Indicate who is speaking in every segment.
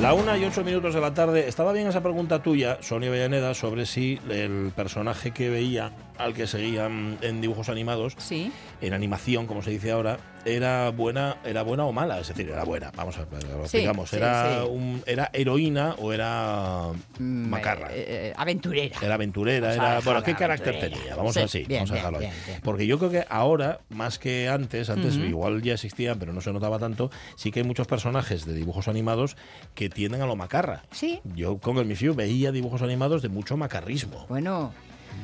Speaker 1: La una y ocho minutos de la tarde. Estaba bien esa pregunta tuya, Sonia Villaneda, sobre si el personaje que veía, al que seguían en dibujos animados,
Speaker 2: Sí.
Speaker 1: en animación, como se dice ahora, era buena, era buena o mala. Es decir, era buena. Vamos a ver, lo
Speaker 2: Sí,
Speaker 1: explicamos.
Speaker 2: sí,
Speaker 1: era,
Speaker 2: sí.
Speaker 1: un- era heroína o era
Speaker 2: Mm,
Speaker 1: macarra.
Speaker 2: eh, eh, aventurera.
Speaker 1: Era aventurera,
Speaker 2: Vamos a
Speaker 1: era.
Speaker 2: dejarla
Speaker 1: Bueno, ¿qué carácter
Speaker 2: aventurera.
Speaker 1: tenía? Vamos
Speaker 2: Sí,
Speaker 1: así,
Speaker 2: bien,
Speaker 1: vamos a
Speaker 2: bien,
Speaker 1: dejarlo ahí.
Speaker 2: bien, bien.
Speaker 1: Porque yo creo que ahora, más que antes, antes
Speaker 2: Ujú.
Speaker 1: igual ya existían, pero no se notaba tanto, sí que hay muchos personajes de dibujos animados que tienden a lo macarra.
Speaker 2: Sí.
Speaker 1: Yo con el Mifiu veía dibujos animados de mucho macarrismo.
Speaker 2: Bueno.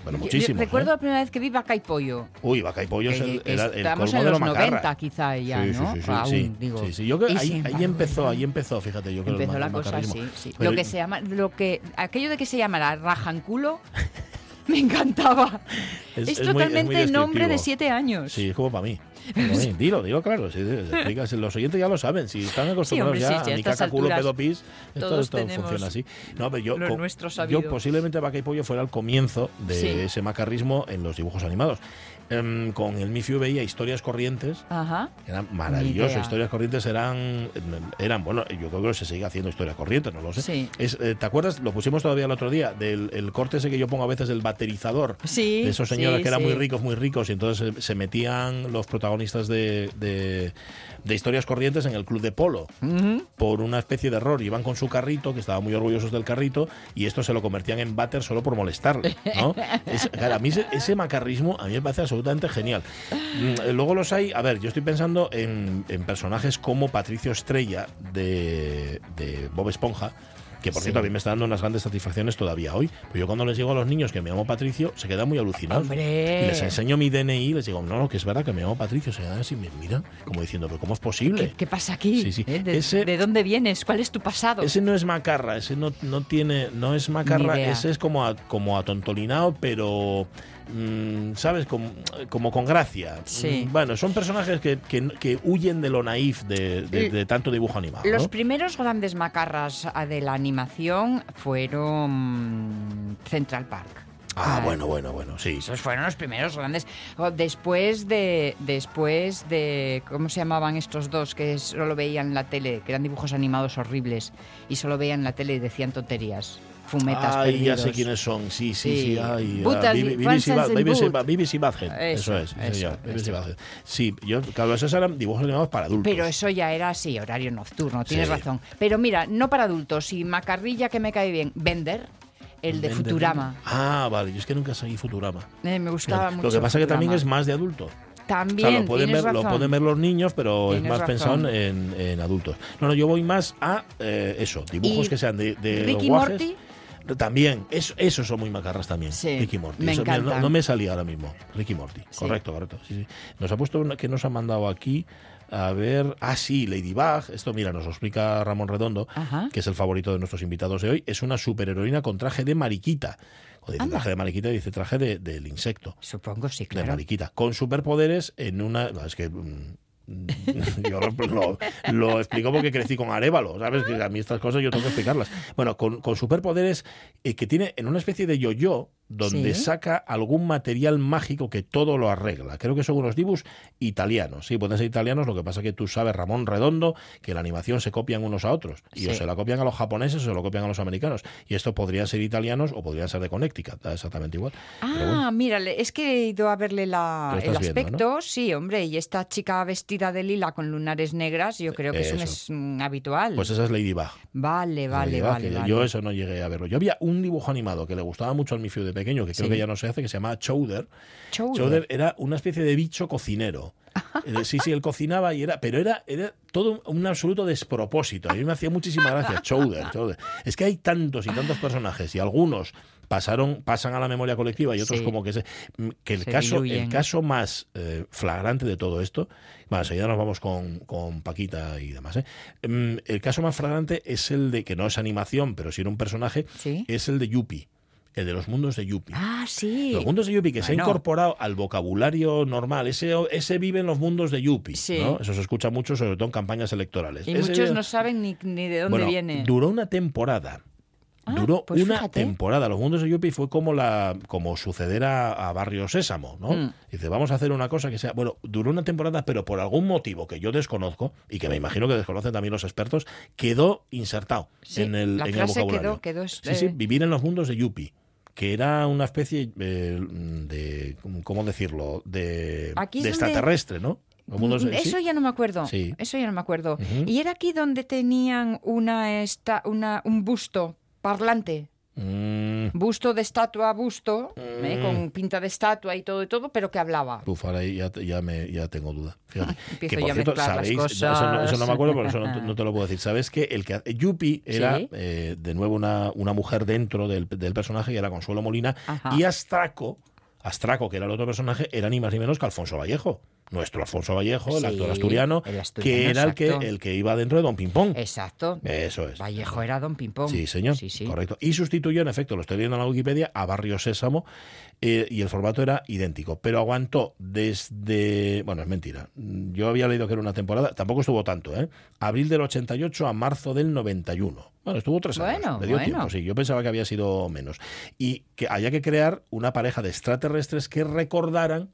Speaker 1: Bueno,
Speaker 2: yo-
Speaker 1: muchísimos. ¿eh?
Speaker 2: Recuerdo la primera vez que vi Vaca y Pollo.
Speaker 1: Uy, Vaca y Pollo es
Speaker 2: que-
Speaker 1: el,
Speaker 2: que
Speaker 1: era el
Speaker 2: estamos
Speaker 1: colmo
Speaker 2: en
Speaker 1: de
Speaker 2: los
Speaker 1: lo macarra.
Speaker 2: 90 quizá ya,
Speaker 1: Sí, sí,
Speaker 2: ¿no?
Speaker 1: sí, sí,
Speaker 2: Aún,
Speaker 1: sí.
Speaker 2: digo.
Speaker 1: Sí, sí, yo creo que
Speaker 2: Y
Speaker 1: ahí,
Speaker 2: sin
Speaker 1: ahí
Speaker 2: embargo,
Speaker 1: empezó, ahí empezó, fíjate, yo creo
Speaker 2: Empezó
Speaker 1: el ma-
Speaker 2: la
Speaker 1: el
Speaker 2: cosa,
Speaker 1: macarrismo.
Speaker 2: sí, sí.
Speaker 1: Pero-
Speaker 2: Lo que se llama, lo que, aquello de que se llama la rajanculo, me encantaba.
Speaker 1: Es- es
Speaker 2: Es,
Speaker 1: muy- es muy
Speaker 2: totalmente nombre de
Speaker 1: descriptivo.
Speaker 2: siete años.
Speaker 1: Sí, es como para mí. Como para mí. Dilo, dilo claro. Si, si explicas, los oyentes ya lo saben. Si están acostumbrados
Speaker 2: hombre, sí,
Speaker 1: ya
Speaker 2: sí,
Speaker 1: a
Speaker 2: a
Speaker 1: mi
Speaker 2: estas
Speaker 1: caca, culo,
Speaker 2: alturas
Speaker 1: pedo, pis, esto,
Speaker 2: todos
Speaker 1: esto
Speaker 2: tenemos
Speaker 1: funciona así. No, pero yo,
Speaker 2: lo
Speaker 1: co-
Speaker 2: nuestro
Speaker 1: yo
Speaker 2: sabido.
Speaker 1: posiblemente Vaca y Pollo fuera el comienzo de
Speaker 2: Sí.
Speaker 1: ese macarrismo en los dibujos animados. Em, con el Mifiu veía historias corrientes.
Speaker 2: Ajá.
Speaker 1: Eran
Speaker 2: Ni
Speaker 1: maravillosas.
Speaker 2: idea.
Speaker 1: Historias corrientes eran, eran, bueno, yo creo que se sigue haciendo historias corrientes, no lo sé.
Speaker 2: Sí.
Speaker 1: Es, eh, ¿Te acuerdas? Lo pusimos todavía el otro día, del el corte ese que yo pongo a veces del baterizador.
Speaker 2: Sí,
Speaker 1: De esos señores
Speaker 2: sí,
Speaker 1: que eran
Speaker 2: sí.
Speaker 1: muy ricos, muy ricos, y entonces se, se metían los protagonistas de, de- de historias corrientes en el club de polo
Speaker 2: Ujú.
Speaker 1: por una especie de error. Iban con su carrito, que estaban muy orgullosos del carrito, y esto se lo convertían en váter solo por molestarle. ¿no? Es- claro, a mí ese, ese macarrismo a mí me parece absolutamente genial. Mm, eh, Luego los hay, a ver, yo estoy pensando en, en personajes como Patricio Estrella de, de Bob Esponja. Que por
Speaker 2: Sí.
Speaker 1: cierto, a mí me está dando unas grandes satisfacciones todavía hoy. Pero yo cuando les digo a los niños que me llamo Patricio, se quedan muy alucinados.
Speaker 2: Hombre.
Speaker 1: Y les enseño mi DNI y les digo, no, no, que es verdad que me llamo Patricio. Se quedan así, me miran como diciendo, pero ¿cómo es posible?
Speaker 2: ¿Qué, qué pasa aquí?
Speaker 1: Sí, sí.
Speaker 2: ¿Eh? ¿De,
Speaker 1: Ese-
Speaker 2: de dónde vienes? ¿Cuál es tu pasado?
Speaker 1: Ese no es macarra, ese no, no tiene, no es macarra,
Speaker 2: Ni idea.
Speaker 1: ese es como a, como atontolinado, pero mm, sabes, como, como con gracia.
Speaker 2: Sí.
Speaker 1: Mm, Bueno, son personajes que, que- que huyen de lo naif de, de- de tanto dibujo animado.
Speaker 2: Los
Speaker 1: ¿no?
Speaker 2: primeros grandes macarras ah, de la animación fueron mm, Central Park.
Speaker 1: Ah,
Speaker 2: Ah,
Speaker 1: bueno, bueno, bueno, sí.
Speaker 2: Esos fueron los primeros grandes. O Después de, después de, ¿cómo se llamaban estos dos que solo veían en la tele, que eran dibujos animados horribles y solo veían en la tele y decían tonterías, fumetas
Speaker 1: Ay,
Speaker 2: perdidos.
Speaker 1: ya sé quiénes son, sí, sí, sí.
Speaker 2: Sí.
Speaker 1: ay,
Speaker 2: Butas
Speaker 1: ah,
Speaker 2: y-
Speaker 1: Bibi-
Speaker 2: Frances
Speaker 1: BBC Ba-
Speaker 2: and
Speaker 1: BBC
Speaker 2: Boot.
Speaker 1: Ba- BBC Badhead, eso
Speaker 2: Eso,
Speaker 1: es, sí,
Speaker 2: eso,
Speaker 1: señor, BBC
Speaker 2: eso.
Speaker 1: Badhead. Sí, yo, claro, esos eran dibujos animados para adultos.
Speaker 2: Pero eso ya era así, horario nocturno, tienes
Speaker 1: Sí.
Speaker 2: razón. Pero mira, no para adultos, y macarrilla que me cae bien, Bender, el de Futurama.
Speaker 1: Ah, vale, yo es que nunca seguí Futurama.
Speaker 2: Eh, me gustaba mucho.
Speaker 1: Lo que pasa es que también es
Speaker 2: Futurama.
Speaker 1: más de adulto. O
Speaker 2: También,
Speaker 1: sea, lo pueden, ver,
Speaker 2: tienes
Speaker 1: lo
Speaker 2: razón.
Speaker 1: pueden ver los niños, pero es
Speaker 2: Tienes
Speaker 1: más
Speaker 2: razón.
Speaker 1: pensado en, en adultos. No, no, yo voy más a eh, eso, dibujos
Speaker 2: Y
Speaker 1: que sean de, de
Speaker 2: Ricky
Speaker 1: los guajes.
Speaker 2: Morty.
Speaker 1: También, es- esos son muy macarras también.
Speaker 2: Sí,
Speaker 1: Ricky Morty.
Speaker 2: me
Speaker 1: Eso, mira, no,
Speaker 2: encantan.
Speaker 1: no me salía ahora mismo. Ricky Morty. Correcto, correcto. sí, sí. Nos ha puesto una que nos ha mandado aquí. A ver, ah, sí, Ladybug. Esto, mira, nos lo explica Ramón Redondo,
Speaker 2: Ajá.
Speaker 1: que es el favorito de nuestros invitados de hoy. Es una superheroína con traje de mariquita. O dice
Speaker 2: Anda.
Speaker 1: traje de mariquita, dice traje de- del insecto
Speaker 2: Supongo, sí,
Speaker 1: de
Speaker 2: claro.
Speaker 1: mariquita, con superpoderes en una... no, Es que... mm, mm, Yo lo, lo explico porque crecí con Arevalo, ¿sabes? Que a mí estas cosas yo tengo que explicarlas. Bueno, con, con superpoderes eh, que tiene en una especie de yo-yo, donde
Speaker 2: Sí.
Speaker 1: saca algún material mágico que todo lo arregla. Creo que son unos dibus italianos. Sí, pueden ser italianos, lo que pasa que tú sabes, Ramón Redondo, que la animación se copian unos a otros. Y o
Speaker 2: Sí.
Speaker 1: se la copian a los japoneses o se lo copian a los americanos. Y estos podrían ser italianos o podrían ser de Connecticut, da exactamente igual. Pero bueno.
Speaker 2: Ah, mírale, es que he ido a verle la,
Speaker 1: Lo
Speaker 2: el
Speaker 1: estás viendo,
Speaker 2: aspecto, sí, hombre, y esta chica vestida de lila con lunares negras, yo creo que es un,
Speaker 1: Eso.
Speaker 2: es un habitual.
Speaker 1: Pues esa es Ladybug. Esa
Speaker 2: vale,
Speaker 1: es
Speaker 2: vale,
Speaker 1: Ladybug,
Speaker 2: vale,
Speaker 1: que
Speaker 2: vale.
Speaker 1: Yo eso no llegué a verlo. Yo había un dibujo animado que le gustaba mucho al Mifiu de pequeño, que creo
Speaker 2: Sí.
Speaker 1: que ya no se hace, que se llamaba Chowder.
Speaker 2: Chowder.
Speaker 1: Chowder era una especie de bicho cocinero. Eh, Sí, sí, él cocinaba y era, pero era, era todo un absoluto despropósito. A mí me hacía muchísima gracia Chowder, Chowder. Es que hay tantos y tantos personajes y algunos pasaron, pasan a la memoria colectiva y otros
Speaker 2: Sí.
Speaker 1: como que se, mm, que el
Speaker 2: Se
Speaker 1: caso, el
Speaker 2: diluyen.
Speaker 1: caso más eh, flagrante de todo esto, bueno, enseguida nos vamos con, con Paquita y demás. ¿eh? Mm, El caso más flagrante es el de que no es animación, pero sí era un personaje,
Speaker 2: Sí.
Speaker 1: es el de Yuppie, el de los mundos de Yuppie.
Speaker 2: Ah, sí.
Speaker 1: Los mundos de Yuppie que se ha
Speaker 2: Bueno.
Speaker 1: incorporado al vocabulario normal. Ese, ese vive en los mundos de Yuppie.
Speaker 2: Sí.
Speaker 1: ¿no? Eso se escucha mucho, sobre todo en campañas electorales.
Speaker 2: Y
Speaker 1: Ese
Speaker 2: muchos
Speaker 1: vive-
Speaker 2: no saben ni, ni de dónde
Speaker 1: Bueno,
Speaker 2: viene.
Speaker 1: Duró una temporada.
Speaker 2: Ah,
Speaker 1: duró
Speaker 2: pues
Speaker 1: una
Speaker 2: fíjate.
Speaker 1: temporada. Los mundos de Yuppie fue como la como suceder a, a Barrio Sésamo, ¿no?
Speaker 2: Mm.
Speaker 1: Dice, vamos a hacer una cosa que sea. Bueno, duró una temporada, pero por algún motivo que yo desconozco, y que me imagino que desconocen también los expertos, quedó insertado
Speaker 2: Sí,
Speaker 1: en el,
Speaker 2: la
Speaker 1: en el
Speaker 2: frase
Speaker 1: vocabulario.
Speaker 2: quedó- quedó,
Speaker 1: Sí, sí,
Speaker 2: eh,
Speaker 1: vivir en los mundos de Yuppie, que era una especie eh, de, ¿cómo decirlo?, de,
Speaker 2: Aquí es
Speaker 1: de
Speaker 2: donde-
Speaker 1: extraterrestre, ¿no? Los mundos de- eh, sí.
Speaker 2: mm, Eso ya no me acuerdo.
Speaker 1: Sí.
Speaker 2: Eso ya no me acuerdo.
Speaker 1: Ujú.
Speaker 2: Y era aquí donde tenían una esta, una, un busto parlante.
Speaker 1: Mm,
Speaker 2: Busto de estatua, a busto, ¿eh?
Speaker 1: Mm.
Speaker 2: con pinta de estatua y todo y todo, pero que hablaba.
Speaker 1: Uf, ahora ahí ya, te- ya me, ya tengo duda. Fíjate.
Speaker 2: Ah, empiezo yo a mezclar las
Speaker 1: no, eso, no, eso no me
Speaker 2: cosas.
Speaker 1: acuerdo, pero eso no, te- no te lo puedo decir. Sabes que el que Yuppie era,
Speaker 2: Sí.
Speaker 1: eh, de nuevo, una, una mujer dentro del, del personaje, que era Consuelo Molina,
Speaker 2: Ajá.
Speaker 1: y Astraco, Astraco, que era el otro personaje, era ni más ni menos que Alfonso Vallejo. Nuestro Alfonso Vallejo, el
Speaker 2: Sí,
Speaker 1: actor asturiano,
Speaker 2: el asturiano,
Speaker 1: que era el que,
Speaker 2: exacto.
Speaker 1: el que iba dentro de Don Pimpón.
Speaker 2: Exacto.
Speaker 1: Eso es.
Speaker 2: Vallejo era Don Pimpón.
Speaker 1: Sí, señor.
Speaker 2: Sí, sí.
Speaker 1: Correcto. Y sustituyó, en efecto, lo estoy viendo en la Wikipedia, a Barrio Sésamo eh, y el formato era idéntico. Pero aguantó desde. Bueno, es mentira. Yo había leído que era una temporada. Tampoco estuvo tanto, ¿eh? Abril del 88 a marzo del 91. Bueno, estuvo tres años.
Speaker 2: Bueno,
Speaker 1: Le dio
Speaker 2: bueno.
Speaker 1: tiempo, sí. Yo pensaba que había sido menos. Y que había que crear una pareja de extraterrestres que recordaran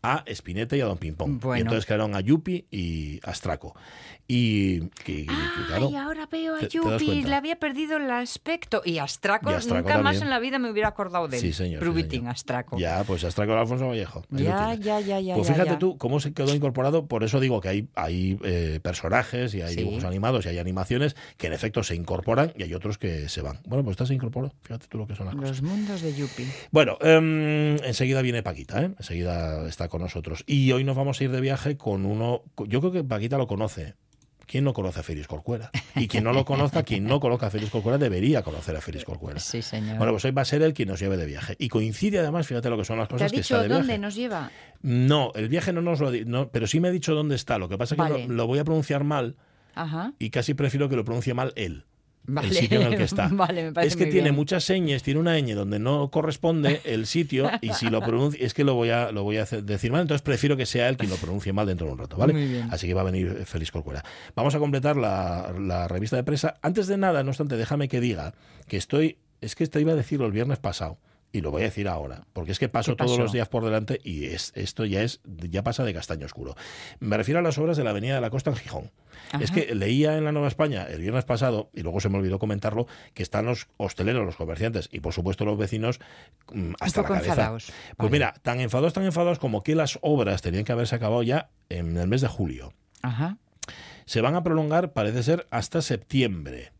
Speaker 1: a Spinetta y a Don Pimpón.
Speaker 2: Bueno.
Speaker 1: Y entonces crearon a Yupi y a Straco. Y que, que-
Speaker 2: Ah,
Speaker 1: claro,
Speaker 2: y ahora veo a
Speaker 1: te- te das
Speaker 2: Yupi,
Speaker 1: cuenta.
Speaker 2: le había perdido el aspecto. Y Astraco,
Speaker 1: Y Astraco
Speaker 2: nunca más
Speaker 1: también.
Speaker 2: en la vida me hubiera acordado de él.
Speaker 1: Sí, señor, sí,
Speaker 2: Rubitín,
Speaker 1: señor.
Speaker 2: Astraco.
Speaker 1: Ya, pues has traído a Alfonso Vallejo. Ahí lo
Speaker 2: ya,
Speaker 1: tienes.
Speaker 2: ya, ya, ya,
Speaker 1: Pues
Speaker 2: ya,
Speaker 1: fíjate
Speaker 2: ya.
Speaker 1: tú cómo se quedó incorporado, por eso digo que hay, hay eh, personajes y hay
Speaker 2: Sí.
Speaker 1: dibujos animados y hay animaciones que en efecto se incorporan y hay otros que se van. Bueno, pues esta se incorporó, fíjate tú lo que son las cosas.
Speaker 2: Los mundos de Yupi.
Speaker 1: Bueno, em, enseguida viene Paquita, ¿eh? enseguida está con nosotros. Y hoy nos vamos a ir de viaje con uno, yo creo que Paquita lo conoce. ¿Quién no conoce a Félix Corcuera? Y quien no lo conozca, quien no conozca a Félix Corcuera debería conocer a Félix Corcuera.
Speaker 2: Sí, señor.
Speaker 1: Bueno, pues hoy va a ser él quien nos lleve de viaje. Y coincide además, fíjate lo que son las
Speaker 2: ¿Te ha
Speaker 1: cosas pues que está
Speaker 2: dicho
Speaker 1: de
Speaker 2: dónde
Speaker 1: viaje.
Speaker 2: nos lleva?
Speaker 1: No, el viaje no nos lo ha di- no, pero sí me ha dicho dónde está. Lo que pasa es que
Speaker 2: Vale.
Speaker 1: lo, lo voy a pronunciar mal
Speaker 2: Ajá.
Speaker 1: y casi prefiero que lo pronuncie mal él.
Speaker 2: Vale.
Speaker 1: El sitio en el que está.
Speaker 2: Vale, me parece
Speaker 1: es que
Speaker 2: muy
Speaker 1: tiene
Speaker 2: bien.
Speaker 1: muchas señas, tiene una ñ donde no corresponde el sitio y si lo pronuncia es que lo voy a lo voy a hacer- decir mal, entonces prefiero que sea él quien lo pronuncie mal dentro de un rato, ¿vale?
Speaker 2: Muy bien.
Speaker 1: Así que va a venir eh, Félix Corcuera. Vamos a completar la, la revista de prensa. Antes de nada, no obstante, déjame que diga que estoy es que te iba a decirlo el viernes pasado. Y lo voy a decir ahora, porque es que paso
Speaker 2: ¿Qué
Speaker 1: todos
Speaker 2: pasó?
Speaker 1: los días por delante y es, esto ya es ya pasa de castaño oscuro. Me refiero a las obras de la Avenida de la Costa en Gijón. Es que leía en la Nueva España el viernes pasado, y luego se me olvidó comentarlo, que están los hosteleros, los comerciantes y por supuesto los vecinos mm, hasta
Speaker 2: poco
Speaker 1: la cabeza.
Speaker 2: enfadados.
Speaker 1: Pues
Speaker 2: Vale.
Speaker 1: mira, tan enfadados, tan enfadados como que las obras tenían que haberse acabado ya en el mes de julio.
Speaker 2: Ajá.
Speaker 1: Se van a prolongar, parece ser, hasta septiembre.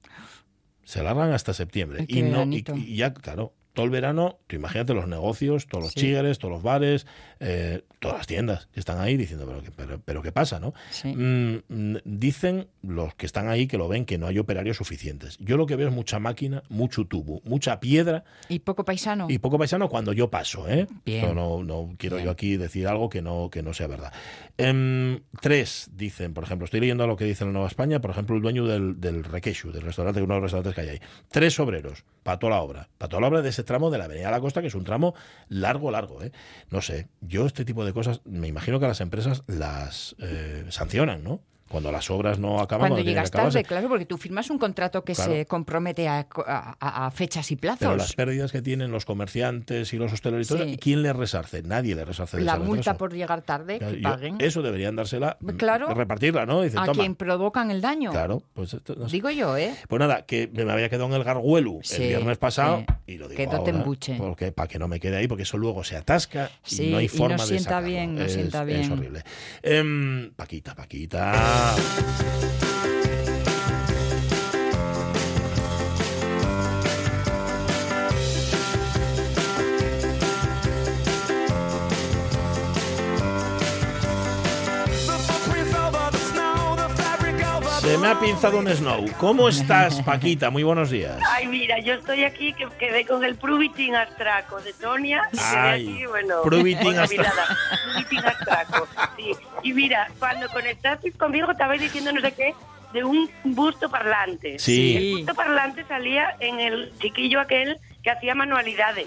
Speaker 1: Se alargan hasta septiembre.
Speaker 2: Ay, qué
Speaker 1: y, no, y,
Speaker 2: veranito.
Speaker 1: y ya, claro, todo el verano, tú imagínate los negocios, todos los
Speaker 2: Sí.
Speaker 1: chigres, todos los bares, eh, todas las tiendas que están ahí diciendo, pero, qué- pero, pero ¿qué pasa, no?
Speaker 2: Sí.
Speaker 1: Mm, mm, dicen los que están ahí que lo ven que no hay operarios suficientes. Yo lo que veo es mucha máquina, mucho tubo, mucha piedra
Speaker 2: Y poco paisano.
Speaker 1: y poco paisano cuando yo paso. ¿eh?
Speaker 2: Bien.
Speaker 1: Esto no, no quiero
Speaker 2: Bien.
Speaker 1: yo aquí decir algo que no, que no sea verdad. Em, tres dicen, por ejemplo, estoy leyendo lo que dice la Nueva España, por ejemplo, el dueño del, del Requeixo, del restaurante, uno de los restaurantes que hay ahí. Tres obreros para toda la obra, para toda la obra de ese tramo de la Avenida de la Costa, que es un tramo largo, largo. ¿eh? No sé, yo este tipo de cosas, me imagino que las empresas las eh, sancionan, ¿no? Cuando las obras no acaban,
Speaker 2: Cuando,
Speaker 1: cuando tienen que
Speaker 2: llegas tarde,
Speaker 1: acabarse.
Speaker 2: claro, porque tú firmas un contrato que
Speaker 1: Claro.
Speaker 2: se compromete a, a- a fechas y
Speaker 1: Pero las
Speaker 2: plazos.
Speaker 1: pérdidas que tienen los comerciantes y los hosteleros, y todo,
Speaker 2: Sí.
Speaker 1: ¿quién les resarce? Nadie les resarce. de
Speaker 2: La
Speaker 1: ese
Speaker 2: multa
Speaker 1: retraso.
Speaker 2: por llegar tarde,
Speaker 1: Claro,
Speaker 2: que
Speaker 1: yo-
Speaker 2: paguen
Speaker 1: Eso deberían dársela, mm,
Speaker 2: Claro.
Speaker 1: repartirla, ¿no? Dice,
Speaker 2: a
Speaker 1: toma.
Speaker 2: quien provocan el daño.
Speaker 1: Claro, pues esto no sé.
Speaker 2: Digo yo, ¿eh?
Speaker 1: Pues nada, que me había quedado en el garguelu
Speaker 2: Sí,
Speaker 1: el viernes pasado
Speaker 2: sí.
Speaker 1: y lo digo
Speaker 2: Quédate en
Speaker 1: ahora,
Speaker 2: buche.
Speaker 1: porque para que no me quede ahí, porque eso luego se atasca y
Speaker 2: Sí,
Speaker 1: no hay
Speaker 2: y no
Speaker 1: forma de
Speaker 2: sienta
Speaker 1: sacarlo.
Speaker 2: bien, no
Speaker 1: es,
Speaker 2: sienta
Speaker 1: Es
Speaker 2: bien.
Speaker 1: horrible. Em, Paquita, Paquita. Se me ha pinzado un snow. ¿Cómo estás, Paquita? Muy buenos días.
Speaker 3: Ay, mira, yo estoy aquí que quedé con el Prubitin Astraco de Tonia. y quedé
Speaker 1: Ay,
Speaker 3: aquí, bueno,
Speaker 1: Prubitin
Speaker 3: contaminada. Prubitin Astraco, sí. Y mira, cuando conectasteis conmigo estabais diciendo no sé qué de un busto parlante.
Speaker 1: Sí.
Speaker 3: El busto parlante salía en el chiquillo aquel que hacía manualidades.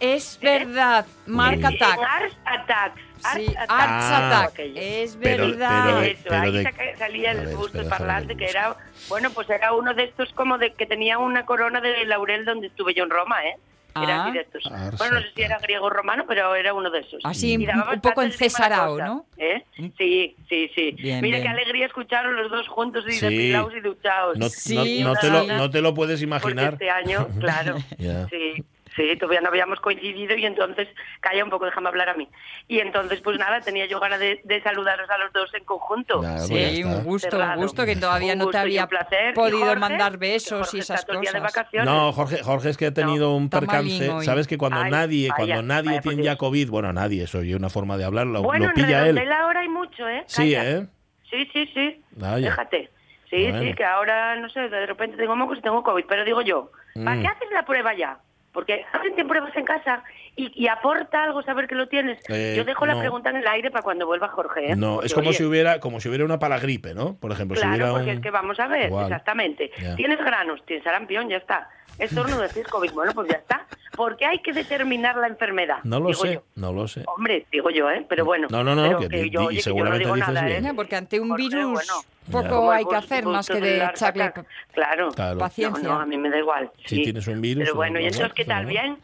Speaker 2: Es verdad, marca
Speaker 3: En
Speaker 2: TAC.
Speaker 3: Ars Attacks. Ars
Speaker 2: Sí,
Speaker 3: Attacks.
Speaker 2: Arts
Speaker 1: Ah.
Speaker 2: Attack. Eh,
Speaker 3: Aquello.
Speaker 2: Es
Speaker 1: Pero- eh,
Speaker 2: verdad.
Speaker 1: pero-
Speaker 3: Ah, Eso, ahí
Speaker 1: de-
Speaker 3: saca- salía
Speaker 1: a
Speaker 3: el
Speaker 1: ver,
Speaker 3: busto
Speaker 1: espera,
Speaker 3: parlante
Speaker 1: déjame
Speaker 3: que
Speaker 1: buscar.
Speaker 3: era, bueno, pues era uno de estos como de que tenía una corona de laurel donde estuve yo en Roma, ¿eh? Era
Speaker 2: Ah.
Speaker 3: así de estos.
Speaker 1: Arsa.
Speaker 3: Bueno, no sé si era griego o romano, pero era uno de esos.
Speaker 2: Así,
Speaker 3: Y daba
Speaker 2: Ah, un- un poco
Speaker 3: bastante encima la
Speaker 2: encesarao,
Speaker 3: cosa,
Speaker 2: ¿no? Mm.
Speaker 3: ¿eh? Sí, sí, sí.
Speaker 2: Bien,
Speaker 3: Mira qué
Speaker 2: bien.
Speaker 3: alegría escucharos los dos juntos y
Speaker 1: Sí.
Speaker 3: depilados y duchados.
Speaker 1: No,
Speaker 2: Sí,
Speaker 1: no- no te lo,
Speaker 2: sí.
Speaker 1: no te lo puedes
Speaker 3: Porque
Speaker 1: imaginar.
Speaker 3: este año, claro.
Speaker 1: Ya.
Speaker 3: Sí, sí, todavía no habíamos coincidido y entonces, calla un poco, déjame hablar a mí. Y entonces, pues nada, tenía yo ganas de, de saludaros a los dos en conjunto.
Speaker 1: Nada, pues ya
Speaker 2: Sí,
Speaker 1: está.
Speaker 2: un gusto, un
Speaker 3: Cerrado.
Speaker 2: gusto que todavía
Speaker 3: Un
Speaker 2: no te
Speaker 3: gusto y un
Speaker 2: había
Speaker 3: placer. Y
Speaker 2: podido
Speaker 3: Jorge,
Speaker 2: mandar
Speaker 3: que
Speaker 2: besos
Speaker 3: Jorge
Speaker 2: y esas
Speaker 3: está todo el día de
Speaker 2: cosas.
Speaker 3: vacaciones.
Speaker 1: No, Jorge, Jorge es que ha tenido un
Speaker 2: está
Speaker 1: percance.
Speaker 2: malín hoy.
Speaker 1: Sabes que cuando
Speaker 3: Ay,
Speaker 1: nadie,
Speaker 3: vaya,
Speaker 1: cuando nadie
Speaker 3: vaya por
Speaker 1: tiene
Speaker 3: Dios.
Speaker 1: ya COVID, bueno, nadie, eso y una forma de hablar, lo,
Speaker 3: bueno,
Speaker 1: lo pilla
Speaker 3: en
Speaker 1: él.
Speaker 3: Redondela ahora hay mucho, ¿eh?
Speaker 1: Sí,
Speaker 3: Calla.
Speaker 1: ¿eh?
Speaker 3: Sí, sí, sí.
Speaker 1: Vaya.
Speaker 3: Fíjate. Sí,
Speaker 1: Bueno.
Speaker 3: sí, que ahora, no sé, de repente tengo mocos y tengo COVID, pero digo yo, ¿para
Speaker 1: Mm.
Speaker 3: qué haces la prueba ya? Porque hacen pruebas en casa y, y aporta algo saber que lo tienes.
Speaker 1: Eh,
Speaker 3: yo dejo
Speaker 1: no.
Speaker 3: la pregunta en el aire para cuando vuelva Jorge. ¿eh?
Speaker 1: No, es
Speaker 3: Porque,
Speaker 1: como
Speaker 3: oye,
Speaker 1: si hubiera, como si hubiera una palagripe, ¿no? Por ejemplo, si
Speaker 3: claro,
Speaker 1: Pues hubiera
Speaker 3: porque
Speaker 1: un-
Speaker 3: es que vamos a ver,
Speaker 1: Igual.
Speaker 3: exactamente.
Speaker 1: Ya.
Speaker 3: Tienes granos, tienes sarampión, ya está. Estornudo, decís COVID, bueno, pues ya está. Porque hay que determinar la enfermedad.
Speaker 1: No lo
Speaker 3: digo
Speaker 1: sé,
Speaker 3: yo.
Speaker 1: no lo sé.
Speaker 3: Hombre, digo yo, ¿eh? Pero bueno.
Speaker 1: No, no, no,
Speaker 3: pero
Speaker 1: que di-
Speaker 3: yo,
Speaker 1: di-
Speaker 3: oye, que yo
Speaker 1: seguramente
Speaker 3: no digo
Speaker 1: dices
Speaker 3: nada,
Speaker 1: bien.
Speaker 3: ¿eh?
Speaker 2: Ya, Porque ante un
Speaker 3: Jorge,
Speaker 2: virus
Speaker 3: bueno.
Speaker 2: poco
Speaker 3: Como
Speaker 2: hay
Speaker 3: el
Speaker 2: que
Speaker 3: bus-
Speaker 2: hacer
Speaker 3: bus
Speaker 2: más que
Speaker 3: del
Speaker 2: de
Speaker 3: Larsa,
Speaker 2: echarle
Speaker 3: claro. Claro.
Speaker 1: Claro.
Speaker 2: paciencia.
Speaker 3: No, no, a mí me da igual.
Speaker 1: Si
Speaker 3: sí.
Speaker 1: tienes un virus, pues,
Speaker 3: Pero bueno,
Speaker 1: no,
Speaker 3: ¿y
Speaker 1: no,
Speaker 3: entonces qué tal?
Speaker 1: no.
Speaker 3: ¿Bien?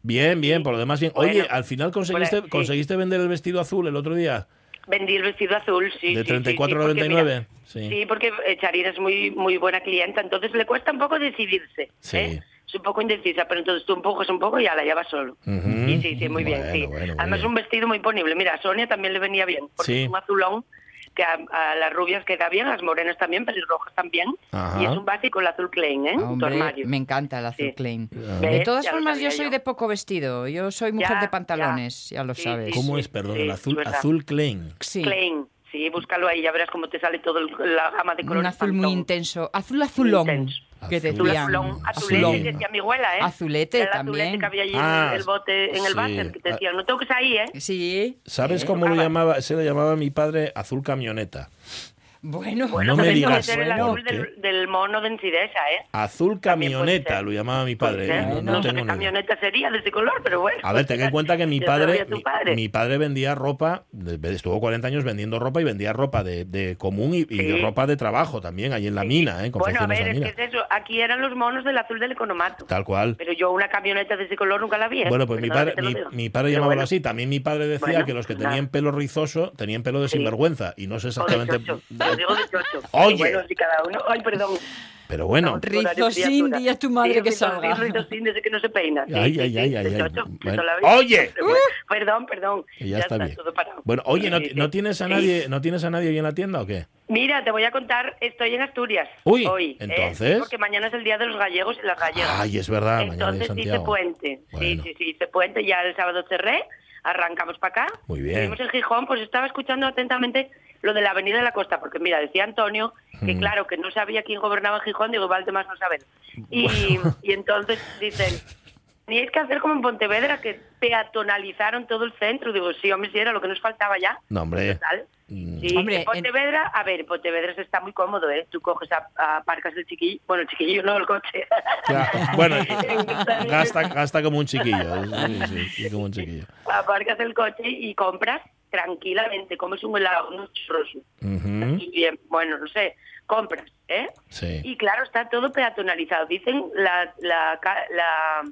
Speaker 1: Bien, bien, por lo demás bien.
Speaker 3: Bueno,
Speaker 1: Oye, al final conseguiste,
Speaker 3: pues, sí.
Speaker 1: conseguiste vender el vestido azul el otro día.
Speaker 3: Vendí el vestido azul, sí.
Speaker 1: De
Speaker 3: sí, sí, sí,
Speaker 1: 34,99,
Speaker 3: porque
Speaker 1: sí.
Speaker 3: mira, sí, porque eh, Charina es muy, muy buena clienta, entonces le cuesta un poco decidirse.
Speaker 1: Sí.
Speaker 3: ¿eh? Es un poco indecisa, pero entonces tú empujas un poco y ya la llevas solo.
Speaker 1: Ujú.
Speaker 3: Y sí, sí, muy bien.
Speaker 1: Bueno,
Speaker 3: sí.
Speaker 1: bueno, muy
Speaker 3: Además,
Speaker 1: bien.
Speaker 3: un vestido muy ponible. Mira, a Sonia también le venía bien, porque
Speaker 1: Sí.
Speaker 3: es un azulón que a, a las rubias queda bien, a las morenas también, pelirrojas también.
Speaker 1: Ajá.
Speaker 3: Y es un básico el azul Klein, ¿eh? Tu
Speaker 2: Ah, Hombre,
Speaker 3: armario.
Speaker 2: me encanta el azul
Speaker 3: Sí.
Speaker 2: Klein.
Speaker 3: ¿Ves?
Speaker 2: De todas
Speaker 3: Ya lo
Speaker 2: formas, yo
Speaker 3: sabía
Speaker 2: soy de poco vestido. Yo soy mujer
Speaker 3: Ya,
Speaker 2: de pantalones, ya, lo
Speaker 3: Sí,
Speaker 2: sabes.
Speaker 3: sí.
Speaker 1: ¿Cómo es? Perdón, el
Speaker 3: sí,
Speaker 1: azul,
Speaker 3: es verdad.
Speaker 1: azul Klein.
Speaker 2: Sí,
Speaker 3: Klein. Sí, búscalo ahí, ya verás cómo te sale toda la gama de colores.
Speaker 2: un azul muy
Speaker 3: Pantone.
Speaker 2: intenso. Azul azulón,
Speaker 3: Intenso.
Speaker 1: Azul
Speaker 2: que
Speaker 3: Azul,
Speaker 2: decían.
Speaker 3: azulón, azulete,
Speaker 1: Azulón.
Speaker 3: decía mi abuela, ¿eh?
Speaker 2: Azulete
Speaker 3: Era el
Speaker 2: también.
Speaker 3: azulete que había allí en
Speaker 1: Ah,
Speaker 3: el bote, en
Speaker 1: sí.
Speaker 3: el váter, que te
Speaker 1: Ah.
Speaker 3: decían, no toques ahí, ¿eh?
Speaker 2: Sí.
Speaker 1: ¿Sabes
Speaker 2: Eh,
Speaker 1: cómo lo
Speaker 3: tocaba.
Speaker 1: llamaba? Se le llamaba a mi padre azul camioneta.
Speaker 2: Bueno,
Speaker 1: No me
Speaker 3: Puede
Speaker 1: digas,
Speaker 3: ser el
Speaker 1: bueno,
Speaker 3: azul
Speaker 1: ¿qué?
Speaker 3: del, del mono de Encidesa, ¿eh?
Speaker 1: Azul
Speaker 3: También puede
Speaker 1: camioneta
Speaker 3: ser.
Speaker 1: lo llamaba mi padre.
Speaker 3: Puede
Speaker 1: y no,
Speaker 3: ser. No
Speaker 1: tengo
Speaker 3: sé qué
Speaker 1: ni idea.
Speaker 3: camioneta sería de ese color, pero bueno.
Speaker 1: A ver, ten en cuenta que mi
Speaker 3: Ya
Speaker 1: padre,
Speaker 3: sabía tu
Speaker 1: mi,
Speaker 3: padre.
Speaker 1: mi padre vendía ropa, de- estuvo 40 años vendiendo ropa y vendía ropa de, de común y, y de
Speaker 3: Sí.
Speaker 1: ropa de trabajo también, ahí en la mina, ¿eh?
Speaker 3: Bueno, a
Speaker 1: confecciones
Speaker 3: ver,
Speaker 1: la
Speaker 3: es que
Speaker 1: mina.
Speaker 3: es eso. Aquí eran los monos del azul del economato.
Speaker 1: Tal cual.
Speaker 3: Pero yo una camioneta de ese color nunca la vi, ¿eh?
Speaker 1: Bueno, pues mi
Speaker 3: Perdona
Speaker 1: padre,
Speaker 3: que te lo
Speaker 1: mi,
Speaker 3: diga.
Speaker 1: mi padre
Speaker 3: Pero
Speaker 1: llamábalo
Speaker 3: bueno,
Speaker 1: así. También mi padre decía
Speaker 3: Bueno,
Speaker 1: que los que
Speaker 3: nada.
Speaker 1: tenían pelo rizoso tenían pelo de
Speaker 3: Sí.
Speaker 1: sinvergüenza. Y no sé
Speaker 3: o de
Speaker 1: exactamente.
Speaker 3: chocho, te lo digo de chocho.
Speaker 1: Oye.
Speaker 3: Bueno, sí, cada uno. Ay, perdón.
Speaker 1: Pero bueno.
Speaker 2: Ri- Rizosín, di a tu madre que salga.
Speaker 3: Rizosín, dice que no se peina. Sí,
Speaker 1: Ay,
Speaker 3: sí,
Speaker 1: ay,
Speaker 3: sí,
Speaker 1: ay, ay,
Speaker 3: de
Speaker 1: ay.
Speaker 3: chocho, de
Speaker 1: Bueno.
Speaker 3: toda la vida.
Speaker 1: Oye.
Speaker 3: Pero bueno, Perdón, perdón.
Speaker 1: que ya, está, bien.
Speaker 3: todo parado.
Speaker 1: Bueno, oye,
Speaker 3: Sí,
Speaker 1: ¿no,
Speaker 3: sí,
Speaker 1: no
Speaker 3: sí.
Speaker 1: tienes a
Speaker 3: Sí.
Speaker 1: nadie, ¿no tienes a nadie hoy en la tienda o qué?
Speaker 3: Mira, te voy a contar, estoy en Asturias.
Speaker 1: Uy,
Speaker 3: hoy, ¿eh?
Speaker 1: entonces.
Speaker 3: Porque mañana es el día de los gallegos y las gallegas.
Speaker 1: Ay, es verdad, mañana de
Speaker 3: Entonces hice
Speaker 1: Santiago.
Speaker 3: puente.
Speaker 1: Bueno.
Speaker 3: Sí, sí, sí, hice puente. Ya el sábado cerré, arrancamos para acá.
Speaker 1: Muy bien.
Speaker 3: Estuvimos en Gijón, pues estaba escuchando atentamente lo de la Avenida de la Costa, porque mira, decía Antonio que
Speaker 1: Mm.
Speaker 3: claro, que no sabía quién gobernaba en Gijón, digo, igual demás no saben. Y, y entonces dicen, teníais que hacer como en Pontevedra, que peatonalizaron todo el centro. Digo, sí, hombre, sí, era lo que nos faltaba ya.
Speaker 1: No, hombre.
Speaker 3: Total.
Speaker 1: Mm,
Speaker 3: Sí,
Speaker 2: Hombre,
Speaker 3: en Pontevedra, a ver, en Pontevedra se está muy cómodo, ¿eh? Tú coges, a, aparcas el chiquillo, bueno, el chiquillo no, el coche.
Speaker 1: ya, Bueno,
Speaker 3: Exactamente.
Speaker 1: gasta, gasta como un chiquillo. sí, sí, sí, como un chiquillo.
Speaker 3: aparcas el coche y compras tranquilamente, comes un helado, unos churros,
Speaker 1: Ujú.
Speaker 3: y bien, bueno, no sé, compras, ¿eh?
Speaker 1: ¿Mm? Sí.
Speaker 3: Y claro, está todo peatonalizado. Dicen la, la, ca- la